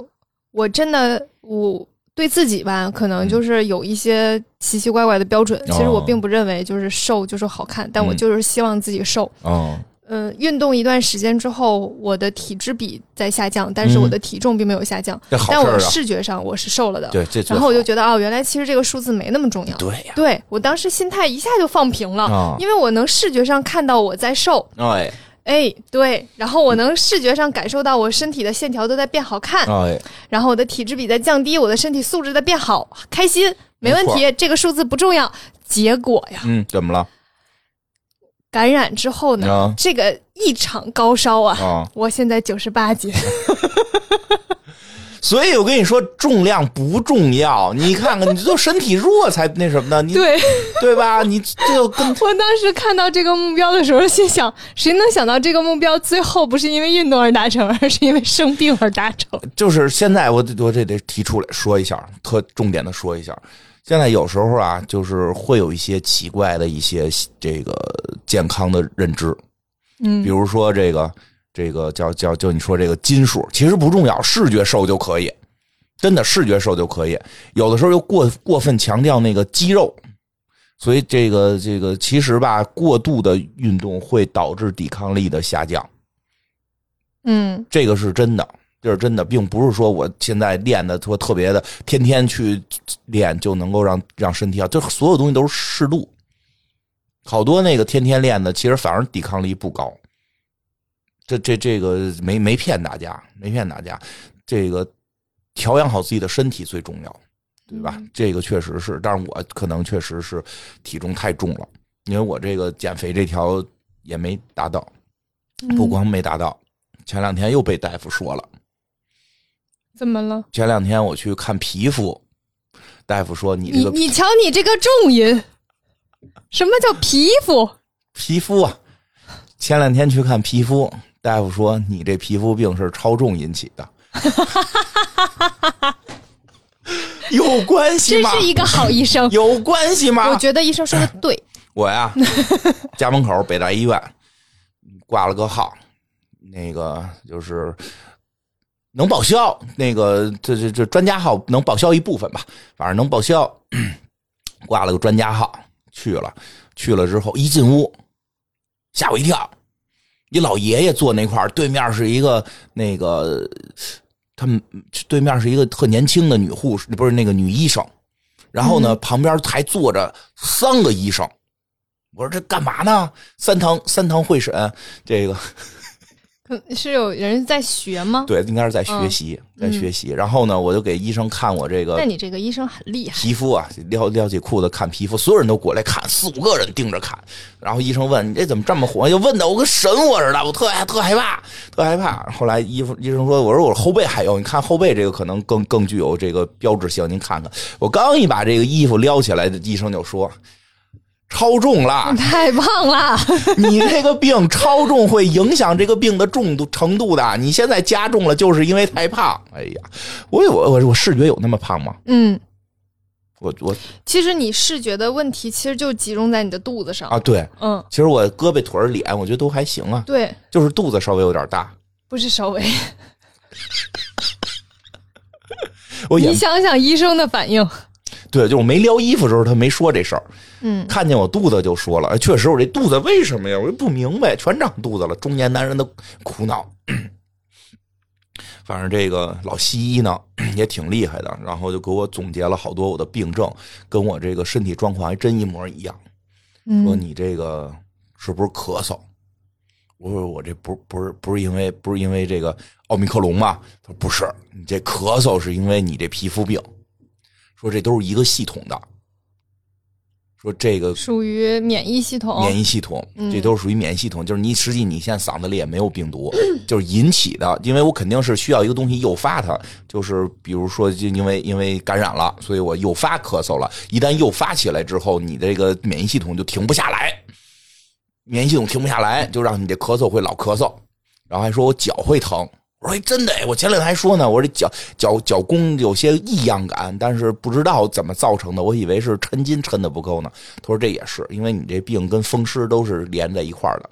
A: 我真的我对自己吧，可能
B: 嗯
A: 就是有一些奇奇怪怪的标准。其实我并不认为就是瘦就是好看，但我
B: 哦嗯
A: 就是希望自己瘦。
B: 嗯
A: 嗯，运动一段时间之后，我的体脂比在下降，但是
B: 嗯
A: 我的体重并没有下降，
B: 这好事
A: 但
B: 儿
A: 我
B: 啊，
A: 视觉上我是瘦了的。
B: 对，这最
A: 然后我就
B: 好
A: 觉得哦，原来其实这个数字没那么重要。
B: 对呀，
A: 对我当时心态一下就放平了，
B: 啊，
A: 因为我能视觉上看到我在瘦，
B: 哎
A: 哎，对，然后我能视觉上感受到我身体的线条都在变好看，
B: 哎，
A: 然后我的体脂比在降低，我的身体素质在变好，开心，没问
B: 没
A: 题，这个数字不重要。结果呀，
B: 嗯，怎么了
A: 感染之后呢，
B: 啊
A: 这个一场高烧啊，
B: 啊？
A: 我现在九十八斤，
B: 所以我跟你说，重量不重要，你看看，你就身体弱才那什么呢？你
A: 对
B: 对吧？你就跟
A: 我当时看到这个目标的时候，心想，谁能想到这个目标最后不是因为运动而达成，而是因为生病而达成？
B: 就是现在我得我这得提出来说一下，特重点的说一下。现在有时候啊，就是会有一些奇怪的一些这个健康的认知，
A: 嗯
B: 比如说这个这个叫叫就你说这个斤数，其实不重要，视觉瘦就可以，真的视觉瘦就可以。有的时候又过过分强调那个肌肉，所以这个这个其实吧，过度的运动会导致抵抗力的下降。
A: 嗯
B: 这个是真的，这是真的，并不是说我现在练的说特别的，天天去练就能够让让身体好，就是所有东西都是适度。好多那个天天练的，其实反而抵抗力不高。这这这个没没骗大家，没骗大家，这个调养好自己的身体最重要，对吧？这个确实是，但是我可能确实是体重太重了，因为我这个减肥这条也没达到。不光没达到，前两天又被大夫说了。
A: 怎么了？
B: 前两天我去看皮肤，大夫说你这
A: 你
B: 个
A: 你瞧你这个重音，什么叫皮肤？
B: 皮肤啊，前两天去看皮肤，大夫说你这皮肤病是超重引起 的，有关系
A: 真
B: 吗？。
A: 是一个好医生
B: 有关系吗？
A: 我觉得医生说的对，
B: 我呀，家门口北大医院挂了个号，那个就是能报销，那个这这这专家号能报销一部分吧，反正能报销。挂了个专家号去了，去了之后一进屋，吓我一跳，一老爷爷坐那块儿，对面是一个那个他们对面是一个特年轻的女护士，不是那个女医生。然后呢，旁边还坐着三个医生。我说这干嘛呢？三堂三堂会审，这个
A: 可是有人在学吗？
B: 对，应该是在学习，在学习。然后呢，我就给医生看我这
A: 嗯那
B: 个
A: 你这个医生很厉害。
B: 皮肤啊，撩撩起裤子看皮肤，所有人都过来看，四五个人盯着看。然后医生问你这怎么这么红？就问的我跟神我似的，我特害特害怕，特害怕。后来医医生说，我说我后背还有，你看后背这个可能更更具有这个标志性，您看看。我刚一把这个衣服撩起来，医生就说超重了。
A: 太棒 了！
B: 你这个病超重会影响这个病的重度程度的。你现在加重了，就是因为太胖。哎呀，我有我我我视觉有那么胖吗？
A: 嗯，
B: 我我
A: 其实你视觉的问题其实就集中在你的肚子上。
B: 啊，对，
A: 嗯，
B: 其实我胳膊腿儿脸，我觉得都还行啊，
A: 对，
B: 就是肚子稍微有点大。
A: 不是稍微。
B: 我也
A: 你想想医生的反应。
B: 对，就是我没撩衣服的时候，他没说这事儿，
A: 嗯，
B: 看见我肚子就说了，哎确实我这肚子为什么呀？我就不明白，全长肚子了，中年男人的苦恼。反正这个老西医呢也挺厉害的，然后就给我总结了好多我的病症，跟我这个身体状况还真一模一样。说
A: 嗯，
B: 你这个是不是咳嗽？我说我这不不是不是因为不是因为这个奥密克戎吗？他说不是，你这咳嗽是因为你这皮肤病。说这都是一个系统的，说这个
A: 属于免疫系统。
B: 免疫系统，这都是属于免疫系统，就是你实际你现在嗓子里也没有病毒，就是引起的，因为我肯定是需要一个东西诱发它，就是比如说就因为因为感染了，所以我诱发咳嗽了，一旦诱发起来之后，你这个免疫系统就停不下来，免疫系统停不下来，就让你这咳嗽会老咳嗽，然后还说我脚会疼。我说哎真的，我前两天还说呢，我这脚脚脚弓有些异样感，但是不知道怎么造成的，我以为是抻筋抻的不够呢。他说这也是，因为你这病跟风湿都是连在一块儿的。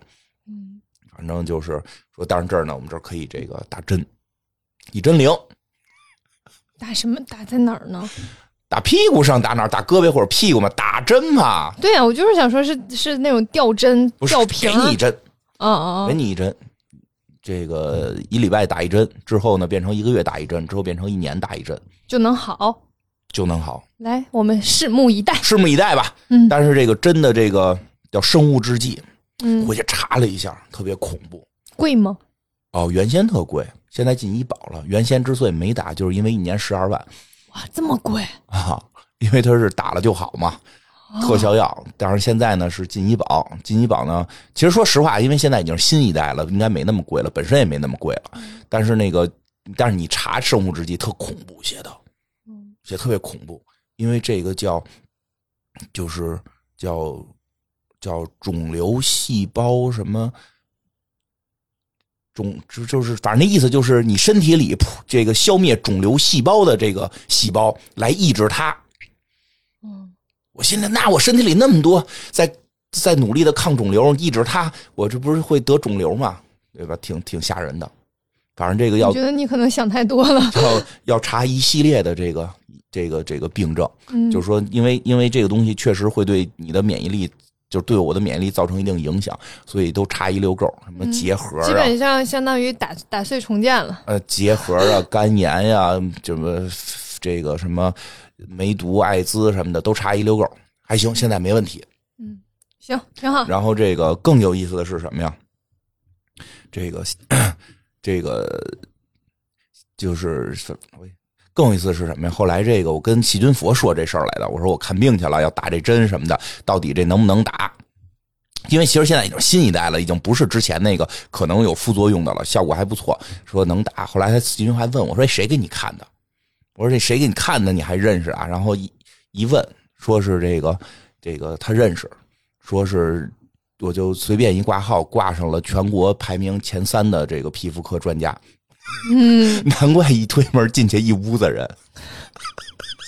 A: 嗯
B: 反正就是说，但是这儿呢，我们这儿可以这个打针，一针灵，
A: 打什么？打在哪儿呢？
B: 打屁股上，打哪儿？打胳膊或者屁股嘛？打针嘛？
A: 啊对呀、我就是想说是是那种吊针、
B: 不是
A: 吊瓶
B: 给你针，
A: 嗯嗯
B: 给
A: 嗯，
B: 你一针，这个一礼拜打一针，之后呢变成一个月打一针，之后变成一年打一针
A: 就能好。
B: 就能好，
A: 来，我们拭目以待。
B: 拭目以待吧。
A: 嗯
B: 但是这个真的这个叫生物制剂，
A: 嗯，
B: 回去查了一下，特别恐怖
A: 贵吗？
B: 哦，原先特贵，现在进医保了。原先之所以没打，就是因为一年十二万
A: 哇，这么贵！
B: 啊，因为它是打了就好嘛。特效药，但是现在呢是进医保，进医保呢，其实说实话，因为现在已经是新一代了，应该没那么贵了，本身也没那么贵了。但是那个，但是你查生物制剂特恐怖写的，
A: 嗯
B: 写得特别恐怖，因为这个叫就是叫叫肿瘤细胞什么。肿就就是，反正那意思就是，你身体里这个消灭肿瘤细胞的这个细胞来抑制它，
A: 嗯，
B: 我心里，那我身体里那么多在在努力的抗肿瘤，抑制它，我这不是会得肿瘤吗？对吧？挺挺吓人的。反正这个
A: 我
B: 要
A: 觉得你可能想太多了。
B: 要要查一系列的这个这个这个病症，
A: 嗯，
B: 就是说，因为因为这个东西确实会对你的免疫力，就是对我的免疫力造成一定影响，所以都查一溜够，什么
A: 嗯
B: 结核
A: 基
B: 啊，
A: 本上相当于打打碎重建了。
B: 呃，结核啊、 肝炎呀、什么这个什么梅毒、艾滋什么的，都查一溜够，还行，现在没问题。
A: 嗯，行，挺好。
B: 然后这个更有意思的是什么呀？这个 这个就是更有意思的是什么呀？后来这个我跟细菌佛说这事儿来的，我说我看病去了，要打这针什么的，到底这能不能打？因为其实现在已经是新一代了，已经不是之前那个可能有副作用的了，效果还不错，说能打。后来他细菌还问我说：“哎谁给你看的？”我说：“这谁给你看的？你还认识啊？”然后一一问，说是这个这个他认识，说是我就随便一挂号，挂上了全国排名前三的这个皮肤科专家，
A: 嗯，
B: 难怪一推门进去一屋子人。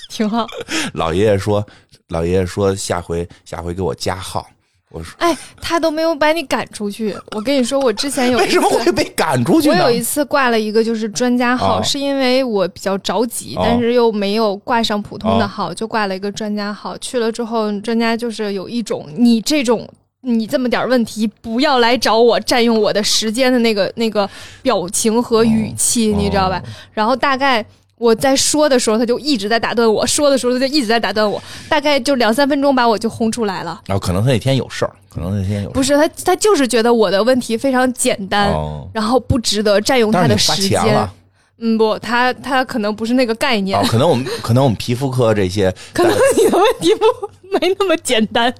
A: 挺好。
B: 老爷爷说，老爷爷说下回下回给我加号。我说
A: 哎，他都没有把你赶出去。我跟你说，我之前有一
B: 为
A: 次
B: 什么会被赶出去
A: 我
B: 呢
A: 有？一次挂了一个就是专家号，
B: 哦
A: 是因为我比较着急，
B: 哦
A: 但是又没有挂上普通的号，就挂了一个专家号。去了之后，专家就是有一种你这种。你这么点儿问题，不要来找我占用我的时间的那个那个表情和语气，
B: 哦
A: 你知道吧？然后大概我在说的时候，他就一直在打断我；说的时候，他就一直在打断我。大概就两三分钟把我就轰出来了。
B: 然后哦可能他那天有事儿，可能那天有事儿
A: 不是他，他就是觉得我的问题非常简单，
B: 哦，
A: 然后不值得占用
B: 但
A: 他
B: 是
A: 的
B: 你花
A: 时
B: 钱
A: 间。
B: 了
A: 嗯，不，他他可能不是那个概念，
B: 哦，可能我们可能我们皮肤科这些
A: 可能你的问题不没那么简单。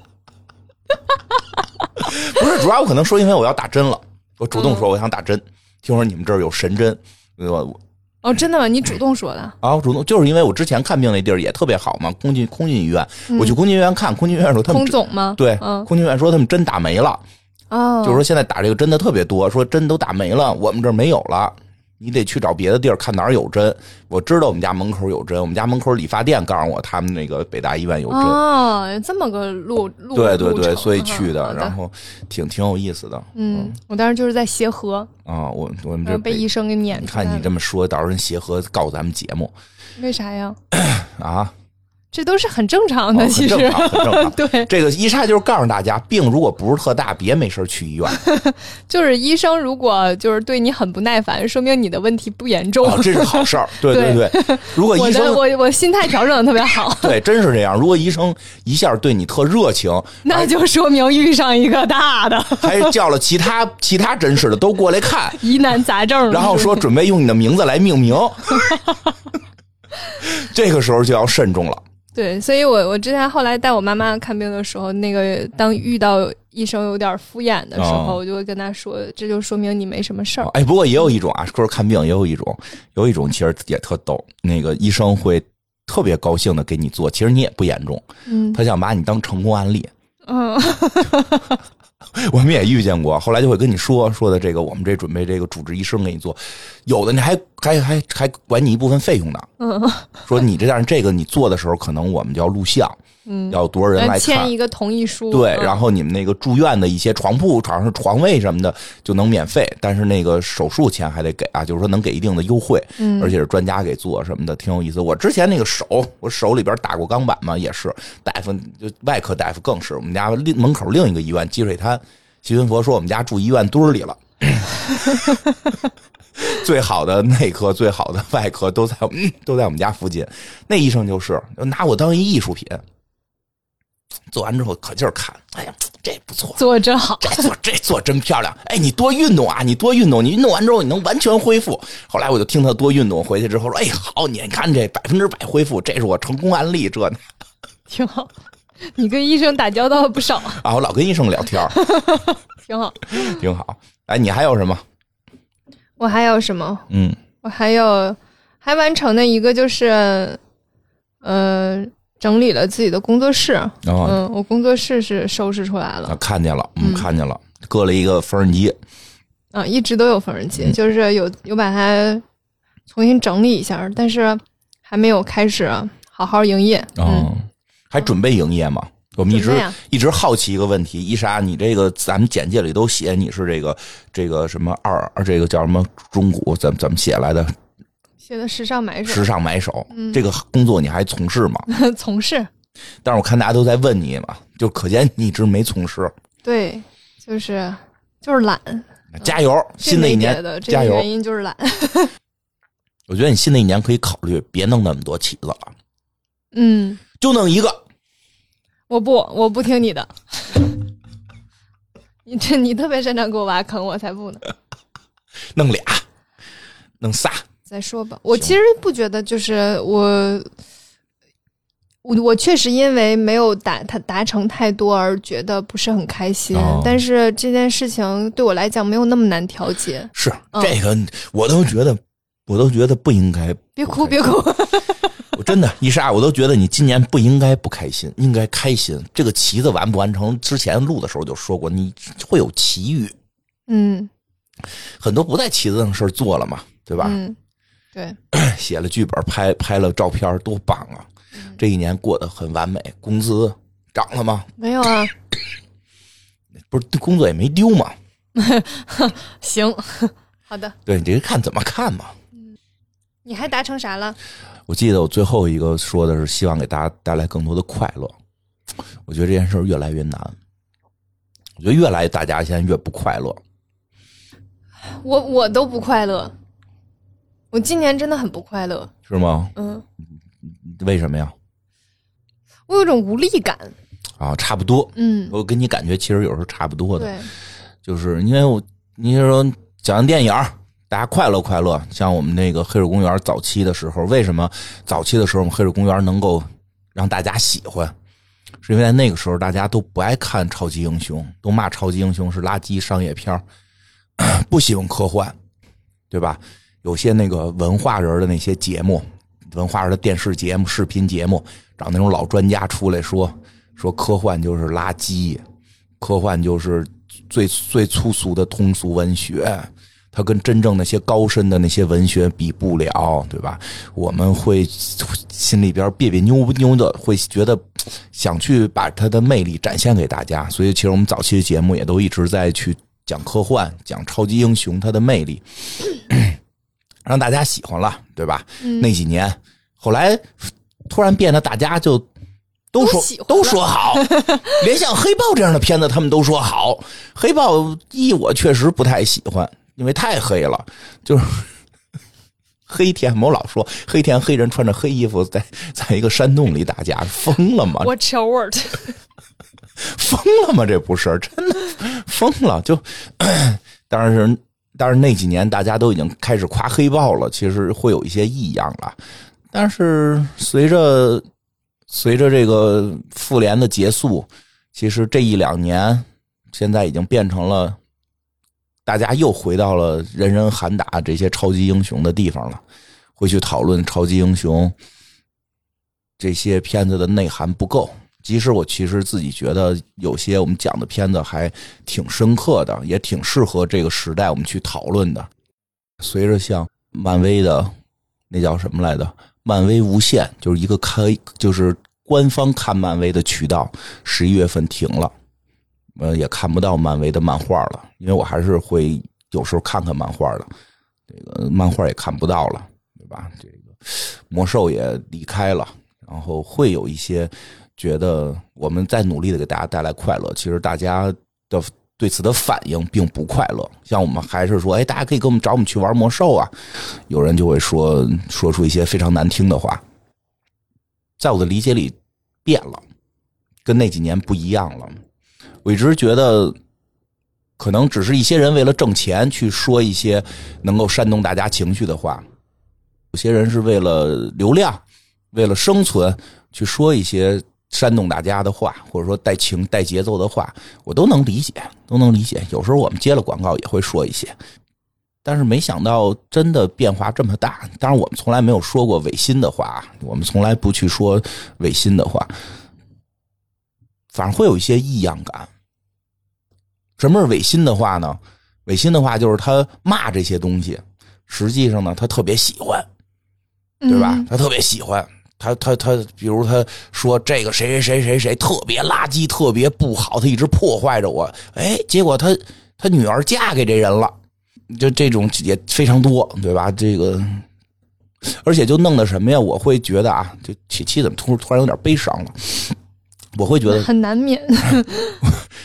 B: 不是，主要我可能说，因为我要打针了，我主
A: 嗯
B: 动说我想打针，听说你们这儿有神针，我我
A: 哦，真的吗？你主动说的？
B: 啊，我主动就是因为我之前看病那地儿也特别好嘛，空军空军医院，我去空军医院看，空军医院说他
A: 嗯
B: 们
A: 空总吗？
B: 对，
A: 嗯，
B: 空军医院说他们针打没了，
A: 哦，
B: 就是说现在打这个针的特别多，说针都打没了，我们这儿没有了。你得去找别的地儿看哪儿有针。我知道我们家门口有针，我们家门口理发店告诉我他们那个北大医院有针。
A: 哦，这么个路路
B: 对对
A: 路
B: 对，
A: 程
B: 所以
A: 嗯
B: 去的，
A: 好
B: 然后挺挺有意思的
A: 嗯，我当时就是在协和，
B: 啊。我我们
A: 然
B: 这
A: 后嗯被医生给撵
B: 你
A: 出来
B: 看你
A: 了。
B: 这么说，到时候人协和告咱们节目
A: 为啥呀？
B: 啊，
A: 这都是很正常
B: 哦
A: 的，
B: 很
A: 其实
B: 正常，很正常。
A: 对，
B: 这个医莎就是告诉大家，病如果不是特大，别没事儿去 医院。啊
A: 就是医生如果就是对你很不耐烦，说明你的问题不严重。
B: 哦，这是 好事儿。对
A: 对
B: 对对，如果
A: 我
B: 医
A: 的
B: 生哎
A: 我我心态调整的特别好，
B: 对真是这样，如果医生一下对你特热情，
A: 那就说明遇上一个大的。
B: 还叫了其他 其他诊室的都过来看，
A: 疑难杂症了
B: 然后说准备用你的名字来 命名，这个时候就要慎重了。
A: 对，所以我我之前后来带我妈妈看病的时候，那个当遇到医生有点敷衍的时候，
B: 哦
A: 我就会跟他说，这就说明你没什么事儿。
B: 哎，不过也有一种啊，说是看病也有一种，有一种其实也特逗，那个医生会特别高兴的给你做，其实你也不严重，
A: 嗯
B: 他想把你当成功案例。
A: 嗯，
B: 我们也遇见过，后来就会跟你说说的这个，我们这准备这个主治医生给你做，有的你还还还还管你一部分费用呢。
A: 嗯，
B: 说你这但是这个你做的时候，可能我们就要录像，
A: 嗯
B: 要多少人来看
A: 签，一个同意书。
B: 对，
A: 嗯
B: 然后你们那个住院的一些床铺、床上床位什么的就能免费，但是那个手术钱还得给啊，就是说能给一定的优惠，
A: 嗯
B: 而且是专家给做什么的，挺有意思。我之前那个手，我手里边打过钢板嘛，也是大夫，就外科大夫更是我们家另门口另一个医院积水滩。西云佛说我们家住医院堆儿里了，最好的内科、最好的外科都在我们、都在我们家附近。那医生就是拿我当一艺术品，做完之后可劲儿看，哎呀，这不错，
A: 做真好，
B: 这做这做真漂亮！哎，你多运动啊，你多运动，你运动完之后你能完全恢复。后来我就听他多运动，回去之后说，哎，好，你看这百分之百恢复，这是我成功案例。这呢
A: 挺好。你跟医生打交道不少，
B: 啊，我老跟医生聊天儿，
A: 挺好。
B: 挺好。哎，你还有什么？
A: 我还有什么？
B: 嗯，
A: 我还有还完成的一个就是，呃，整理了自己的工作室。
B: 然后、
A: 嗯，我工作室是收拾出来了
B: 啊、看见了，嗯，看见了，搁了一个缝纫机，
A: 啊，一直都有缝纫机，
B: 嗯
A: 就是有有把它重新整理一下，但是还没有开始好好营业。嗯，
B: 嗯，还准备营业吗？我们一直、
A: 准备啊
B: 一直好奇一个问题，伊莎，你这个咱们简介里都写你是这个这个什么二，这个叫什么中古，怎么怎么写来的？
A: 写的时尚买手
B: 时尚买手，
A: 嗯
B: 这个工作你还从事吗？
A: 从事，
B: 但是我看大家都在问你嘛，就可见你一直没从事。
A: 对，就是就是懒。
B: 加油，
A: 这
B: 新的一
A: 嗯没
B: 年
A: 别的，这
B: 加
A: 个
B: 油！
A: 原因就是懒。
B: 我觉得你新的一年可以考虑别弄那么多起子了，
A: 嗯，
B: 就弄一个。
A: 我不，我不听你的。 你这你特别擅长给我挖坑，我才不呢。
B: 弄俩，弄仨，
A: 再说吧，我其实不觉得，就是我，我我确实因为没有达他达成太多而觉得不是很开心，
B: 哦
A: 但是这件事情对我来讲没有那么难调节。
B: 是
A: 嗯
B: 这个，我都觉得，我都觉得不应该。
A: 别哭，
B: 不开
A: 别哭，
B: 我真的，伊莎，我都觉得你今年不应该不开心， 应该开心。这个旗子完不完成，之前录的时候就说过，你会有奇遇，
A: 嗯
B: 很多不在旗子上的事儿做了嘛，对吧？
A: 嗯，对，
B: 写了剧本，拍拍了照片，多棒啊！这一年过得很完美，工资涨了吗？
A: 没有啊，
B: 不是，工作也没丢嘛。
A: 行，好的，
B: 对你这看怎么看嘛？
A: 你还达成啥了？
B: 我记得我最后一个说的是希望给大家带来更多的快乐，我觉得这件事儿越来越难。我觉得越来大家现在越不快乐，
A: 我我都不快乐，我今年真的很不快乐，
B: 是吗？
A: 嗯，
B: 为什么呀？
A: 我有种无力感，
B: 啊，差不多。
A: 嗯，
B: 我跟你感觉其实有时候差不多的。
A: 对，
B: 就是因为我，你说讲完电影儿，大家快乐快乐。像我们那个黑水公园早期的时候，为什么早期的时候我们黑水公园能够让大家喜欢？是因为在那个时候大家都不爱看超级英雄，都骂超级英雄是垃圾商业片儿 不喜欢科幻，对吧？有些那个文化人的那些节目，文化人的电视节目、视频节目，找那种老专家出来说说科幻就是垃圾，科幻就是最最粗俗的通俗文学，它跟真正那些高深的那些文学比不了，对吧？我们会心里边别别扭扭的，会觉得想去把它的魅力展现给大家。所以，其实我们早期的节目也都一直在去讲科幻、讲超级英雄它的魅力，让大家喜欢了，对吧？
A: 嗯
B: 那几年，后来突然变得大家就
A: 都
B: 都说
A: 喜欢
B: 都
A: 了
B: 说好，连像《黑豹》这样的片子，他们都说好，《黑豹一》我确实不太喜欢，因为太黑了，就是 黑天。我老说黑天黑人穿着黑衣服在在一个山洞里打架，疯了吗？
A: What's your word？
B: 疯了吗？这不是真的疯了，就 当然是。但是那几年大家都已经开始夸黑豹了，其实会有一些异样了。但是随着随着这个复联的结束，其实这一两年现在已经变成了大家又回到了人人喊打这些超级英雄的地方了，会去讨论超级英雄这些片子的内涵不够。即使我其实自己觉得有些我们讲的片子还挺深刻的，也挺适合这个时代我们去讨论的。随着像漫威的那叫什么来着？漫威无限就是一个开，就是官方看漫威的渠道，十一月份停了，呃，也看不到漫威的漫画了，因为我还是会有时候看看漫画的，这个漫画也看不到了，对吧？这个魔兽也离开了，然后会有一些觉得我们在努力的给大家带来快乐，其实大家的。对此的反应并不快乐。像我们还是说，哎，大家可以跟我们找我们去玩魔兽啊，有人就会说说出一些非常难听的话。在我的理解里，变了，跟那几年不一样了。我一直觉得，可能只是一些人为了挣钱去说一些能够煽动大家情绪的话，有些人是为了流量、为了生存去说一些煽动大家的话，或者说带情带节奏的话，我都能理解，都能理解。有时候我们接了广告也会说一些，但是没想到真的变化这么大。当然，我们从来没有说过违心的话，我们从来不去说违心的话，反而会有一些异样感。什么是违心的话呢？违心的话就是他骂这些东西，实际上呢，他特别喜欢，对吧？
A: 嗯
B: 他特别喜欢。他他他，比如他说这个谁谁谁谁谁特别垃圾，特别不好，他一直破坏着我。哎，结果他他女儿嫁给这人了，就这种也非常多，对吧？这个，而且就弄得什么呀？我会觉得啊，就七七怎么突突然有点悲伤了？我会觉得
A: 很难免。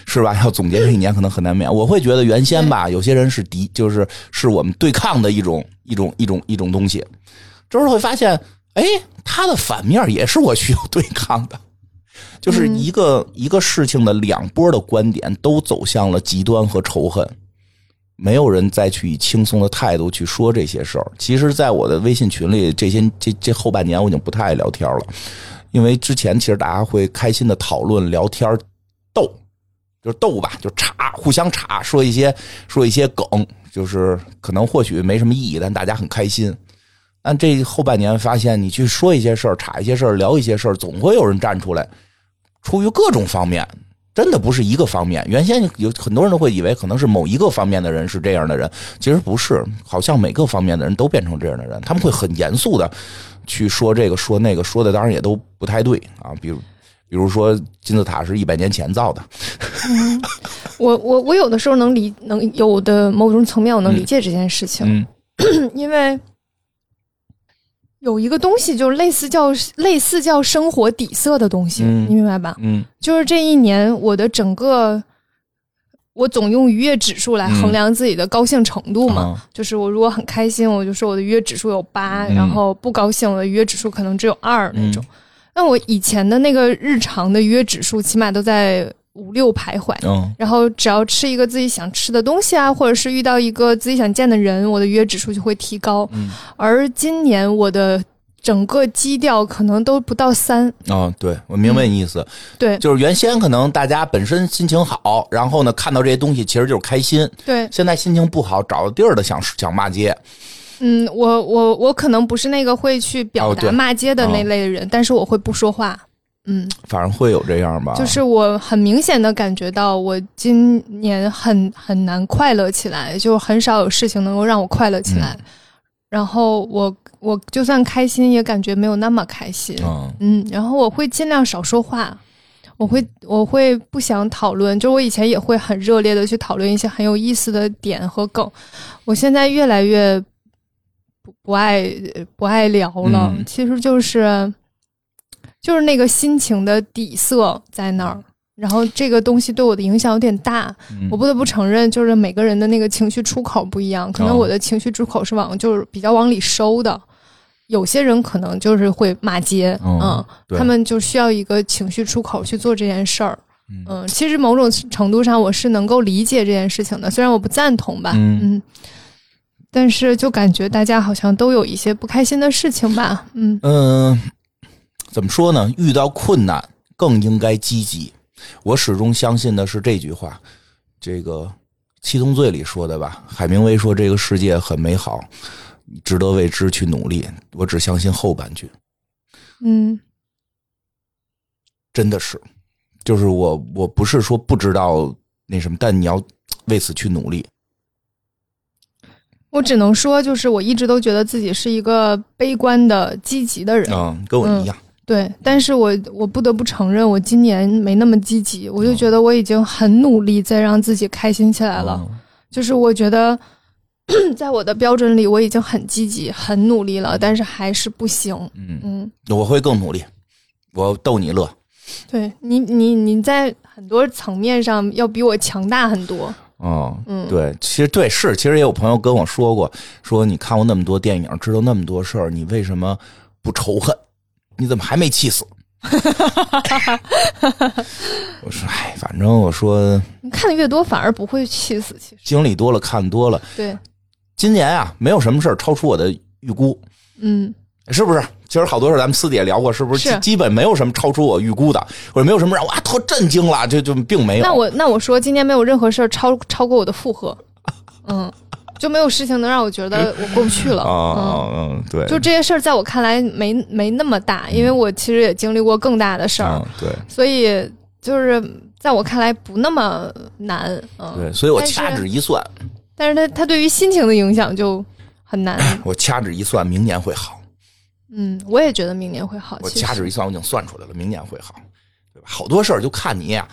B: 是吧？ 要总结这一年可能很难免。我会觉得原先吧，有些人是敌，就是是我们对抗的一种一种一种一种东西。这时候会发现，哎，它的反面也是我需要对抗的，就是一个、一个事情的两波的观点都走向了极端和仇恨。没有人再去以轻松的态度去说这些事儿。其实，在我的微信群里，这些这这后半年我已经不太爱聊天了，因为之前其实大家会开心的讨论、聊天、斗，就是斗吧，就插，互相插，说一些说一些梗，就是可能或许没什么意义，但大家很开心。但这后半年发现，你去说一些事儿、插一些事儿、聊一些事儿，总会有人站出来，出于各种方面，真的不是一个方面。原先有很多人都会以为可能是某一个方面的人是这样的人，其实不是，好像每个方面的人都变成这样的人，他们会很严肃的去说这个说那个，说的当然也都不太对啊，比如。比如说，金字塔是一百年前造的，
A: 我我我有的时候能理能有的某种层面我能理解这件事情，
B: 嗯，
A: 因为有一个东西就类似叫类似叫生活底色的东西，
B: 嗯
A: 你明白吧？
B: 嗯
A: 就是这一年我的整个。我总用愉悦指数来衡量自己的高兴程度嘛，
B: 嗯啊
A: 就是我如果很开心，我就说我的愉悦指数有八、
B: 嗯
A: 然后不高兴我的愉悦指数可能只有二那
B: 嗯
A: 种。那我以前的那个日常的愉悦指数起码都在五六徘徊，
B: 嗯
A: 然后只要吃一个自己想吃的东西啊，或者是遇到一个自己想见的人，我的愉悦指数就会提高。
B: 嗯
A: 而今年我的整个基调可能都不到三，
B: 哦，对，我明白你意思，
A: 对
B: 就是原先可能大家本身心情好，然后呢看到这些东西其实就是开心，
A: 对，
B: 现在心情不好，找个地儿的想想骂街，
A: 嗯，我我我可能不是那个会去表
B: 哦对哦
A: 达骂街的那类人，但是我会不说话。嗯，
B: 反正会有这样吧，
A: 就是我很明显的感觉到，我今年很很难快乐起来，就很少有事情能够让我快乐起来。
B: 嗯
A: 然后我我就算开心，也感觉没有那么开心。
B: 嗯
A: 嗯，然后我会尽量少说话，我会我会不想讨论，就我以前也会很热烈的去讨论一些很有意思的点和梗，我现在越来越不不爱不爱聊了，
B: 嗯
A: 其实就是就是那个心情的底色在那儿。然后这个东西对我的影响有点大，
B: 嗯
A: 我不得不承认，就是每个人的那个情绪出口不一样，可能
B: 哦
A: 我的情绪出口是往就是比较往里收的，有些人可能就是会骂街，
B: 哦
A: 嗯，
B: 对
A: 他们就需要一个情绪出口去做这件事儿，
B: 嗯
A: 嗯，其实某种程度上我是能够理解这件事情的，虽然我不赞同吧，
B: 嗯
A: 嗯但是就感觉大家好像都有一些不开心的事情吧，嗯
B: 嗯，怎么说呢？遇到困难更应该积极。我始终相信的是这句话，这个《七宗罪》里说的吧？海明威说：“这个世界很美好，值得为之去努力。”我只相信后半句。
A: 嗯
B: 真的是，就是我我不是说不知道那什么，但你要为此去努力。
A: 我只能说，就是我一直都觉得自己是一个悲观的、积极的人，
B: 嗯，跟我一样。
A: 对，但是我我不得不承认，我今年没那么积极，我就觉得我已经很努力在让自己开心起来
B: 哦
A: 了。就是我觉得， 在我的标准里，我已经很积极、很努力了，但是还是不行。
B: 嗯，
A: 嗯，
B: 我会更努力。我逗你乐，
A: 对你，你你在很多层面上要比我强大很多。
B: 嗯，
A: 嗯，
B: 对，其实对是，其实也有朋友跟我说过，说你看过那么多电影，知道那么多事儿，你为什么不仇恨？你怎么还没气死？ 我说，哎，反正我说
A: 你看的越多，反而不会气死。其实，
B: 经历多了，看多了，
A: 对，
B: 今年啊，没有什么事儿超出我的预估，
A: 嗯，
B: 是不是？其实好多事儿咱们私底下聊过，是不是？
A: 是
B: 基本没有什么超出我预估的，或者没有什么让我啊特震惊了，这就并没有。
A: 那我那我说，今天没有任何事儿超超过我的负荷，嗯，就没有事情能让我觉得我过不去了。
B: 啊啊嗯，对，
A: 嗯，就这些事儿，在我看来没没那么大，因为我其实也经历过更大的事儿，
B: 嗯，对
A: 所以就是在我看来不那么难。嗯，
B: 对，所以我
A: 但是
B: 掐指一算，
A: 但是它它对于心情的影响就很 难。
B: 我掐指一算，明年会好。
A: 嗯，我也觉得明年会好。
B: 我
A: 其
B: 掐
A: 实
B: 指一算，我已经算出来了，明年会好，对吧？好多事儿就看你呀、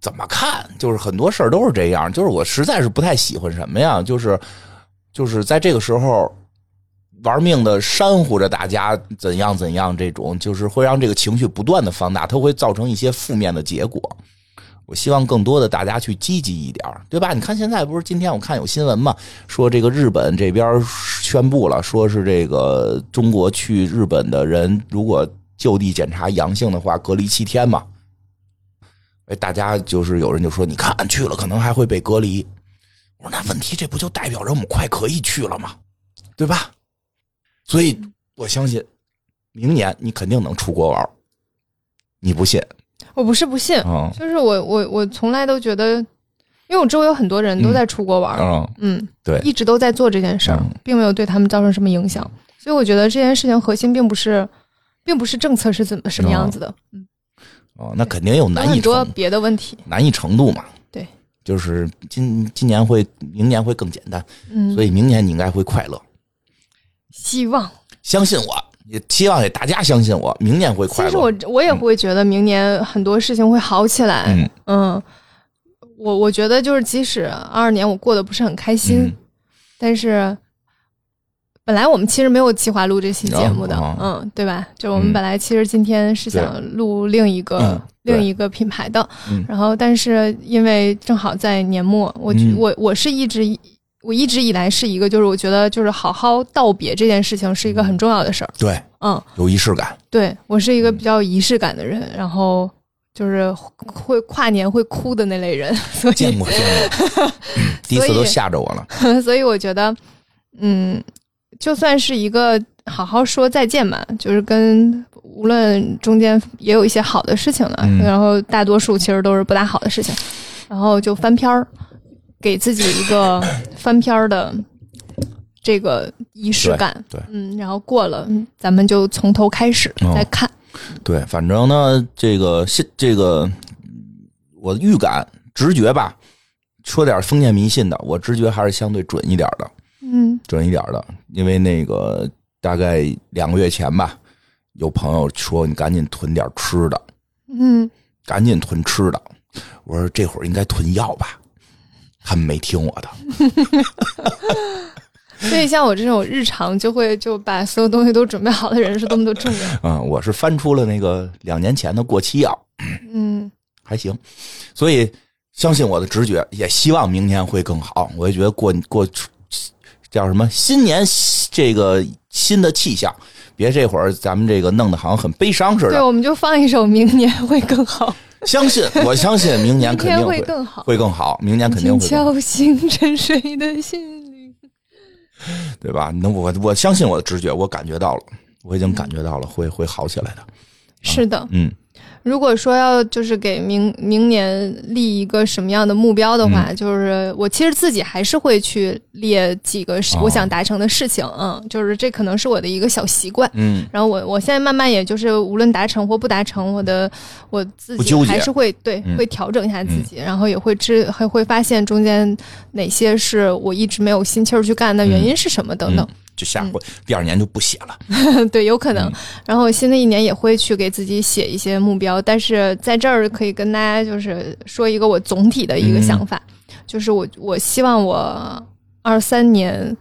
B: 怎么看，就是很多事儿都是这样。就是我实在是不太喜欢什么呀，就是就是在这个时候玩命的煽乎着大家怎样怎样，这种就是会让这个情绪不断的放大，它会造成一些负面的结果。我希望更多的大家去积极一点儿，对吧？你看现在不是今天我看有新闻嘛，说这个日本这边宣布了，说是这个中国去日本的人如果就地检查阳性的话，隔离七天嘛。哎，大家就是有人就说，你看去了可能还会被隔离。我说那问题这不就代表着我们快可以去了吗？对吧？所以我相信，明年你肯定能出国玩儿。你不信
A: 我不是不信，
B: 啊？
A: 就是我我我从来都觉得，因为我周围有很多人都在出国玩，
B: 嗯，
A: 嗯，
B: 对
A: 一直都在做这件事儿
B: 嗯，
A: 并没有对他们造成什么影响，所以我觉得这件事情核心并不是，并不是政策是怎么什么样子的，
B: 哦，那肯定有
A: 有
B: 嗯难易
A: 很
B: 程
A: 多别的问题，
B: 难易程度嘛。
A: 对，
B: 就是今今年会，明年会更简单，
A: 嗯，
B: 所以明年你应该会快乐。
A: 希望。
B: 相信我，也希望也大家相信我，明年会快
A: 其
B: 乐。
A: 实我我也会觉得明年很多事情会好起来，
B: 嗯
A: 嗯，我我觉得就是即使二二年我过得不是很开心，
B: 嗯
A: 但是本来我们其实没有计划录这期节目的，
B: 哦
A: 嗯，对吧？就我们
B: 嗯
A: 本来其实今天是想录另一个、
B: 嗯对
A: 另一个品牌的，
B: 嗯
A: 然后但是因为正好在年末，我、
B: 嗯
A: 我我是一直。我一直以来是一个，就是我觉得就是好好道别这件事情是一个很重要的事儿，
B: 对
A: 嗯，
B: 有仪式感，
A: 对我是一个
B: 嗯
A: 比较有仪式感的人，然后就是会跨年会哭的那类人， 所
B: 见
A: 以
B: 过见过， 嗯第一次
A: 所以
B: 都吓着我了。
A: 所以我觉得，嗯，就算是一个好好说再见吧，就是跟无论中间也有一些好的事情了，
B: 嗯
A: 然后大多数其实都是不大好的事情，然后就翻篇儿，给自己一 个翻篇儿的这个仪式
B: 对
A: 感，
B: 对
A: 嗯，然后过了，嗯咱们就从头开始
B: 哦
A: 再看，
B: 对，反正呢，这个现这个，嗯我预感直觉吧，说点封建迷信的，我直觉还是相对准一点的。
A: 嗯
B: 准一点的，因为那个大概两个月前吧，有朋友说你赶紧囤点吃的，
A: 嗯。
B: 赶紧囤吃的。我说这会儿应该囤药吧，他们没听我的。
A: 所以像我这种日常就会就把所有东西都准备好的人是多么的重要。
B: 嗯，我是翻出了那个两年前的过期药，
A: 嗯，
B: 还行，所以相信我的直觉，也希望明年会更好。我也觉得过过叫什么新年这个新的气象，别这会儿咱们这个弄得好像很悲伤似
A: 对，
B: 的。
A: 我们就放一首《明年会更好》，
B: 相信我相信明年
A: 明
B: 肯定
A: 天会
B: 会
A: 更好。
B: 会更好，明年肯定会
A: 请
B: 更好，嗯
A: 敲醒沉睡的心灵。
B: 对吧？那我我相信我的直觉，我感觉到了，我已经感觉到了，会会好起来的。
A: 是的，
B: 嗯，
A: 如果说要就是给明明年立一个什么样的目标的
B: 嗯
A: 话，就是我其实自己还是会去列几个事
B: 哦
A: 我想达成的事情，嗯，就是这可能是我的一个小习惯。
B: 嗯，
A: 然后我我现在慢慢也就是无论达成或不达成，我的我自
B: 不
A: 己
B: 纠结
A: 还是会对
B: 嗯
A: 会调整一下自己，然后也会知还会发现中间哪些是我一直没有心气儿去干的原
B: 嗯
A: 因是什么等嗯等，
B: 就下回、第二年就不写了。
A: 对，有可能。
C: 嗯
A: 然后新的一年也会去给自己写一些目标，但是在这儿可以跟大家就是说一个我总体的一
C: 嗯
A: 个想法，就是我我希望我二三年。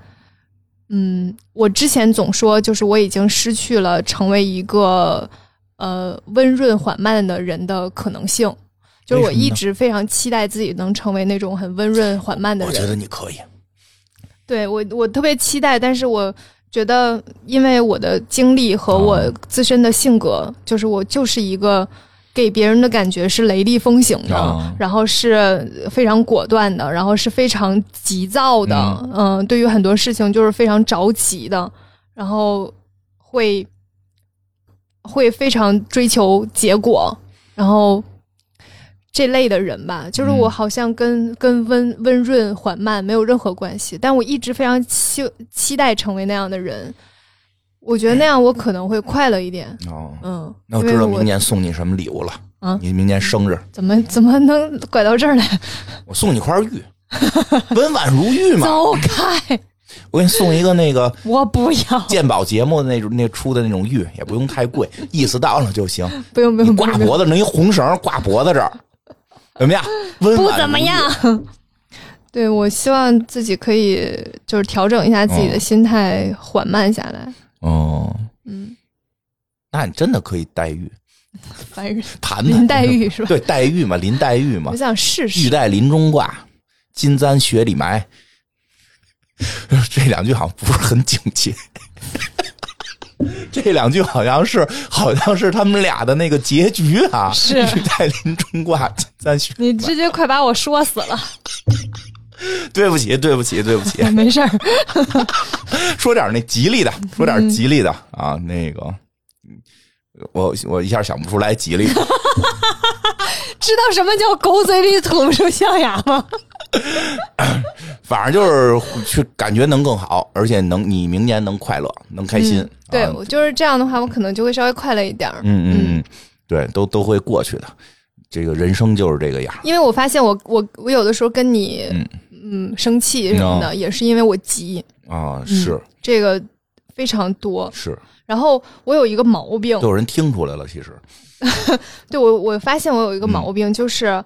A: 嗯，我之前总说，就是我已经失去了成为一个呃温润缓慢的人的可能性。就是我
C: 为什么
A: 一
C: 呢
A: 直非常期待自己能成为那种很温润缓慢的
B: 我
A: 人。
B: 觉得你可以。
A: 对我，我特别期待，但是我觉得，因为我的经历和我自身的性格，就是我就是一个给别人的感觉是雷厉风行的，
C: 啊
A: 然后是呃非常果断的，然后是非常急躁的，嗯、对于很多事情就是非常着急的，然后会会非常追求结果，然后这类的人吧，就是我
C: 嗯
A: 好像跟、跟温温润缓慢没有任何关系，但我一直非常期期待成为那样的人，我觉得那样我可能会快乐一点，
B: 哦，
A: 嗯，
B: 那我
A: 因为
B: 知道
A: 我
B: 明年送你什么礼物了。
A: 啊
B: 你明年生日，
A: 怎么怎么能拐到这 儿来，
B: 我送你块玉，温婉如玉 嘛。
A: 走开，
B: 我给你送一个那个
A: 我不要，
B: 鉴宝节目的那种那出的那种玉，也不用太贵，意思到了 就行。
A: 不用不
B: 你
A: 用，
B: 挂
A: 不用
B: 脖子，弄一红绳挂脖子这儿，怎么样？温婉
A: 不怎么样
B: 如玉。
A: 对，我希望自己可以就是调整一下自己的心态，缓慢下 来。
B: 哦，
A: 嗯，
B: 那你真的可以黛玉
A: 凡人
B: 盘盘
A: 林黛 玉是吧？
B: 对黛玉嘛，林黛玉嘛
A: 嗯我，想试
B: 玉
A: 试。
B: 带林中挂，金簪雪里埋。 这两句好像不是很景气， 这两句好像是好像是他们俩的那个结局啊，
A: 是
B: 玉带林中挂，金簪雪。
A: 你直接快把我说死 了，
B: 对不起，对不起，对不起，
A: 没事儿。
B: 说点那吉利的，说点吉利的啊，那个。嗯我我一下想不出来吉利的，
A: 知道什么叫狗嘴里吐不出象牙吗？
B: 反正就是去感觉能更好，而且能你明年能快乐，能开 心。
A: 嗯对
B: 啊
A: 我就是这样的话，我可能就会稍微快乐一点儿。
B: 嗯嗯嗯，对，都都会过去的。这个人生就是这个样儿。
A: 因为我发现我我我有的时候跟你
B: 嗯哦
A: 嗯生气什么的，也是因为我急，
B: 啊，
A: 嗯
B: 是
A: 这个非常多。
B: 是，
A: 然后我有一个毛病，
B: 都有人听出来了。其实，
A: 对我，我发现我有一
B: 嗯
A: 个毛病，就是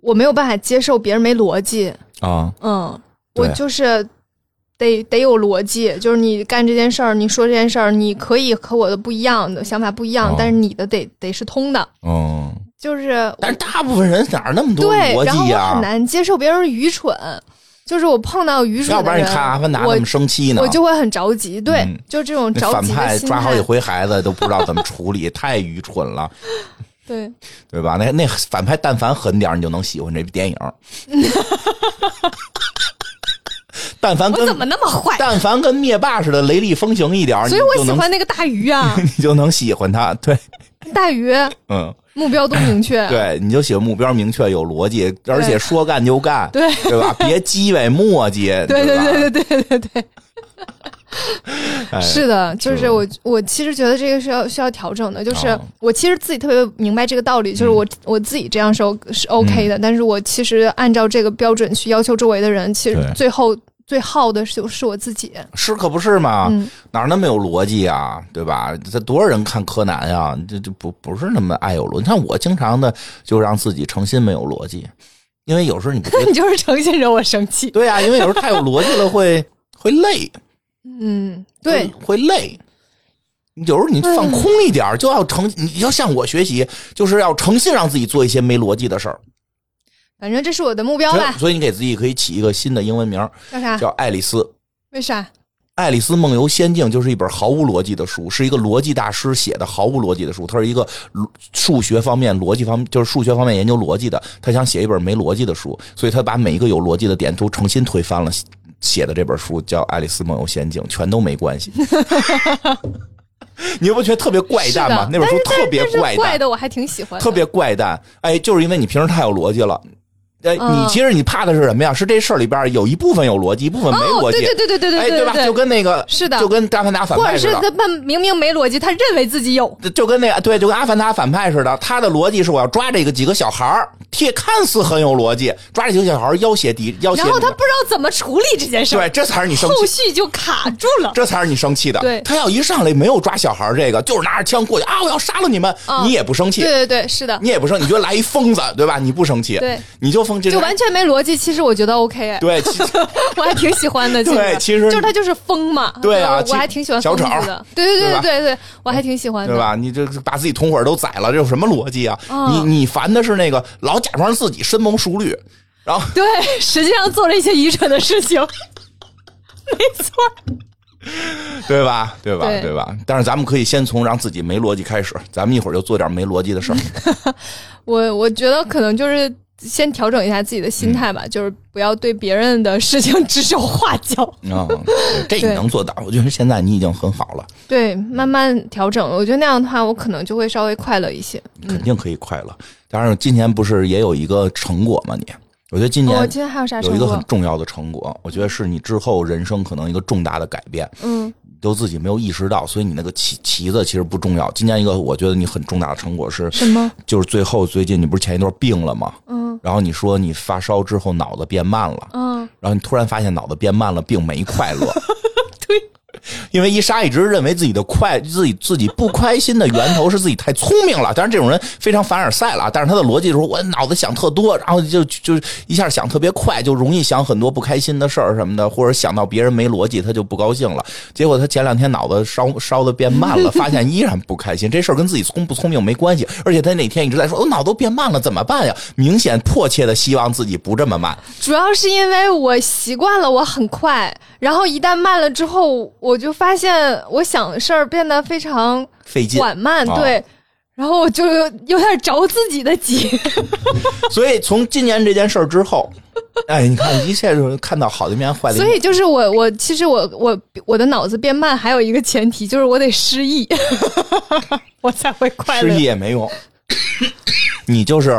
A: 我没有办法接受别人没逻辑。
B: 啊，
A: 嗯，我
B: 对
A: 就是得得有逻辑，就是你干这件事儿，你说这件事儿，你可以和我的不一样的想法不一样，
B: 哦
A: 但是你的得得是通的，
B: 嗯，
A: 就是我
B: 但是大部分人哪儿那么多
A: 对，
B: 逻
A: 然后
B: 辑
A: 我
B: 呀
A: 很、难接受别人愚蠢，就是我碰到愚蠢
B: 要不
A: 的
B: 然
A: 人，
B: 你看阿凡达
A: 我
B: 那么生气呢？
A: 我就会很着急，对，
B: 嗯
A: 就这种
B: 那
A: 着
B: 反
A: 急的
B: 派
A: 心
B: 抓好
A: 态
B: 几，回孩子都不知道怎么 处理，太愚蠢了，
A: 对，
B: 对吧？那那反派但凡狠点儿，你就能喜欢这部电影。 但凡
A: 我
B: 跟
A: 怎么那么坏？
B: 但凡跟灭霸似的雷厉风行一点儿，
A: 所以我
B: 你就
A: 喜
B: 能
A: 欢那个大鱼 啊，
B: 你就能喜欢他。对，
A: 大鱼
B: 嗯，
A: 目标都明确，
B: 对，你就喜欢目标明确、有逻辑，而且说干就干，
A: 对
B: 对 吧？别鸡歪磨叽，
A: 对对
B: 对吧
A: 对对对对对，
B: 哎
A: 是的，就是是我我其实觉得这个是要需要调整的，就是
B: 哦嗯
A: 我其实自己特别明白这个道理，就是我我自己这样是 O 是 OK 的，但是我其实按照这个标准去要求周围的人，其实
B: 对
A: 最后最耗的是是我自 己，
B: 是可不是嘛？
A: 嗯
B: 哪儿那么有逻辑啊，对吧？这多少人看柯南呀、这这不不是那么爱有逻辑。你看我经常的就让自己诚心没有逻辑，因为有时候你 不觉得
A: 你就是诚心惹我生气，
B: 对啊，因为有时候太有逻辑了会会累，
A: 嗯，对，
B: 会累。有时候你放空一点儿，就要诚，你要向我学习，就是要诚心让自己做一些没逻辑的事儿。
A: 反正这是我的目标
B: 所
A: 吧
B: 以，，所以你给自己可以起一个新的英文名儿，
A: 叫啥？
B: 叫《爱丽丝》。《
A: 为啥？
B: 爱丽丝梦游仙境》就是一本毫无逻辑的书，是一个逻辑大师写的毫无逻辑的书。他是一个逻数学方面、逻辑方面，就是数学方面研究逻辑的。他想写一本没逻辑的书，所以他把每一个有逻辑的点都重新推翻了。写的这本书叫《爱丽丝梦游仙境》，全都没关系。你不觉得特别怪
A: 是
B: 诞吗
A: 的，？
B: 那本书
A: 但是
B: 特别
A: 但是
B: 怪诞，
A: 的我还挺喜欢的，
B: 特别怪诞。哎，就是因为你平时太有逻辑了。哎，
A: 嗯
B: 你其实你怕的是什么呀？是这事儿里边有一部分有逻辑，一部分没
A: 哦，
B: 逻辑
A: 对，对对对对
B: 哎，
A: 对
B: 吧？就跟那个
A: 是的
B: 就跟阿凡达反
A: 或者
B: 派
A: 是
B: 似
A: 他们明明没逻辑，他认为自己有，
B: 的，就跟那个对，就跟阿凡达反派似的。他的逻辑是我要抓这个几个小孩儿，替看似很有逻辑，抓这几个小孩儿要挟敌，要挟
A: 然
B: 你
A: 后他不知道怎么处理这件事儿，
B: 对，这才是你生
A: 后
B: 气。
A: 续就卡住了。
B: 这才是你生气的。
A: 对
B: 他要一上来没有抓小孩儿这个，就是拿着枪过去啊，我要杀了你们，
A: 嗯
B: 你也不生气，
A: 对对对，是的，
B: 你也不生，你觉得来一疯子，对吧？你不生气，
A: 对
B: 你就风，其实
A: 就完全没逻辑。其实我觉得 OK，哎
B: 对，其
A: 我还挺喜欢的。其
B: 对，其实
A: 就是他就是疯嘛。呃
B: 对啊
A: 我我还挺喜欢
B: 小
A: 疯
B: 丑
A: 子的。对对
B: 对
A: 对
B: 吧
A: 对对对，我还挺喜欢的。
B: 对吧？你这把自己同伙都宰了，这有什么逻辑啊？
A: 嗯
B: 你你烦的是那个老假装自己深谋熟虑，然后
A: 对？实际上做了一些愚蠢的事情。 没错，
B: 对吧？对吧？
A: 对
B: 对吧？但是咱们可以先从让自己没逻辑开始，咱们一会儿就做点没逻辑的事儿。
A: 我我觉得可能就是先调整一下自己的心态吧，就是不要对别人的事情指手画脚。
B: 啊、这
A: 嗯对
B: 你能做到，我觉得现在你已经很好了，
A: 对，慢慢调整。我觉得那样的话，我可能就会稍微快乐一些。
B: 肯定可以快乐。当然，今年不是也有一个成果吗？你，我觉得今
A: 哦我、
B: 年
A: 今天还有啥
B: 有
A: 成
B: 一个很
A: 果？
B: 重要的成果，我觉得是你之后人生可能一个重大的改变，
A: 嗯，
B: 都自己没有意识到，所以你那个旗旗子其实不重要。今年一个我觉得你很重大的成果是，
A: 什么？
B: 就是最后最近你不是前一段病了吗？
A: 嗯
B: 然后你说你发烧之后脑子变慢了，
A: 嗯，
B: 然后你突然发现脑子变慢了，并没快乐。
A: 对，
B: 因为伊莎一直认为自己的快，自己自己不开心的源头是自己太聪明了。当然，这种人非常凡尔赛了啊。但是他的逻辑就是我脑子想特多，然后就就一下想特别快，就容易想很多不开心的事儿什么的，或者想到别人没逻辑，他就不高兴了。结果他前两天脑子烧烧的变慢了，发现依然不开心。这事儿跟自己聪不聪明没关系，而且他那天一直在说，哦我、脑子变慢了，怎么办呀？明显迫切的希望自己不这么慢。
A: 主要是因为我习惯了我很快，然后一旦慢了之后，我就发现我想事儿变得非常
B: 费劲，
A: 缓慢，
B: 啊
A: 对，然后我就有点着自己的急。
B: 所以从今年这件事儿之后，哎，你看一切就是看到好的一面，坏的一
A: 所
B: 面。
A: 以就是我，我其实我我我的脑子变慢，还有一个前提就是我得失忆，我才会快
B: 失
A: 乐
B: 忆。也没用，你就是，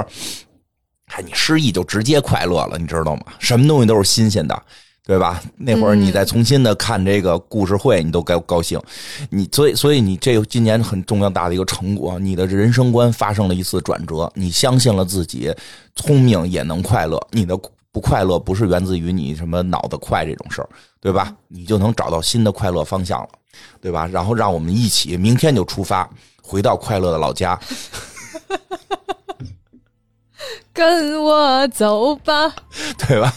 B: 哎，你失忆就直接快乐了，你知道吗？什么东西都是新鲜的，对吧？那会儿你
A: 嗯
B: 再重新的看这个故事会，你都高高兴。你所以，所以你这有今年很重要大的一个成果，你的人生观发生了一次转折，你相信了自己聪明也能快乐，你的。不快乐不是源自于你什么脑子快这种事儿，对吧？你就能找到新的快乐方向了，对吧？然后让我们一起明天就出发，回到快乐的老家。
A: 跟我走吧，
B: 对吧？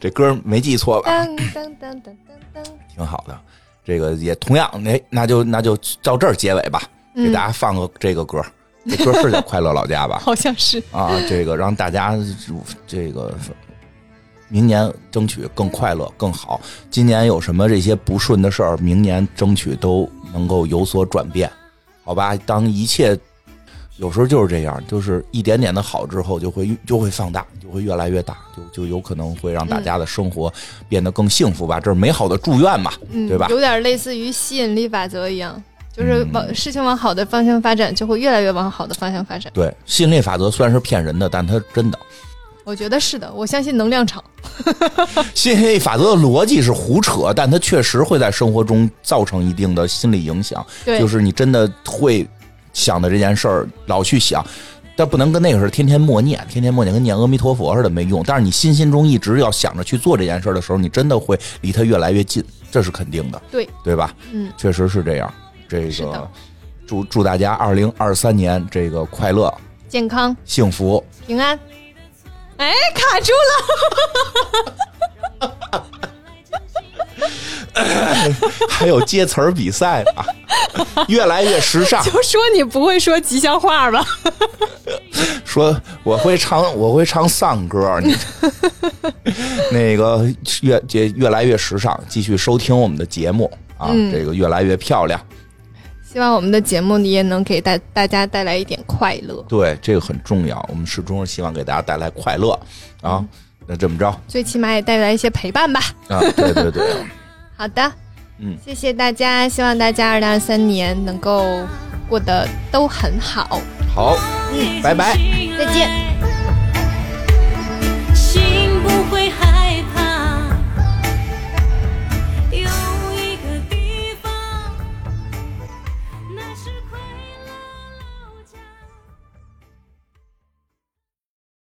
B: 这歌没记错吧？
A: 当当当当当当。
B: 挺好的。这个也同样，哎，那就那就到这儿结尾吧，给大家放个这个歌，这歌是叫《快乐老家》吧？
A: 好像是
B: 啊，这个让大家这个明年争取更快乐更好。今年有什么这些不顺的事儿，明年争取都能够有所转变，好吧？当一切有时候就是这样，就是一点点的好之后，就会就会放大，就会越来越大，就就有可能会让大家的生活变得更幸福吧。这是美好的祝愿嘛，对吧？
A: 嗯
B: 嗯
A: 有点类似于吸引力法则一样，就是往、事情往好的方向发展，就会越来越往好的方向发展。
B: 对，吸引力法则虽然是骗人的，但它真的。
A: 我觉得是的，我相信能量场。
B: 吸引力法则的逻辑是胡扯，但它确实会在生活中造成一定的心理影响。
A: 对，
B: 就是你真的会想的这件事儿，老去想，但不能跟那个似的，天天默念，天天默念跟念阿弥陀佛似的没用。但是你心心中一直要想着去做这件事儿的时候，你真的会离它越来越近，这是肯定的，
A: 对
B: 对吧？
A: 嗯，
B: 确实是这样。这
A: 是
B: 个
A: 的
B: 祝祝大家二零二三年这个快乐、
A: 健康
B: 幸福。
A: 平安。哎，卡住了，
B: 还有接词儿比赛啊， 越来越时尚。
A: 就说你不会说吉祥话吧？
B: 说我会唱，我会唱丧歌，你那个越越越来越时尚，继续收听我们的节目啊，这个越来越漂亮，
A: 希望我们的节目你也能给大大家带来一点快乐。
B: 对，这个很重要，我们始终是希望给大家带来快乐啊。那这么着
A: 最起码也带来一些陪伴吧。
B: 啊，对对对，
A: 好的，
B: 嗯，
A: 谢谢大家，希望大家二零二三年能够过得都很好，
B: 好，嗯拜拜。
A: 再见。
C: 心不会害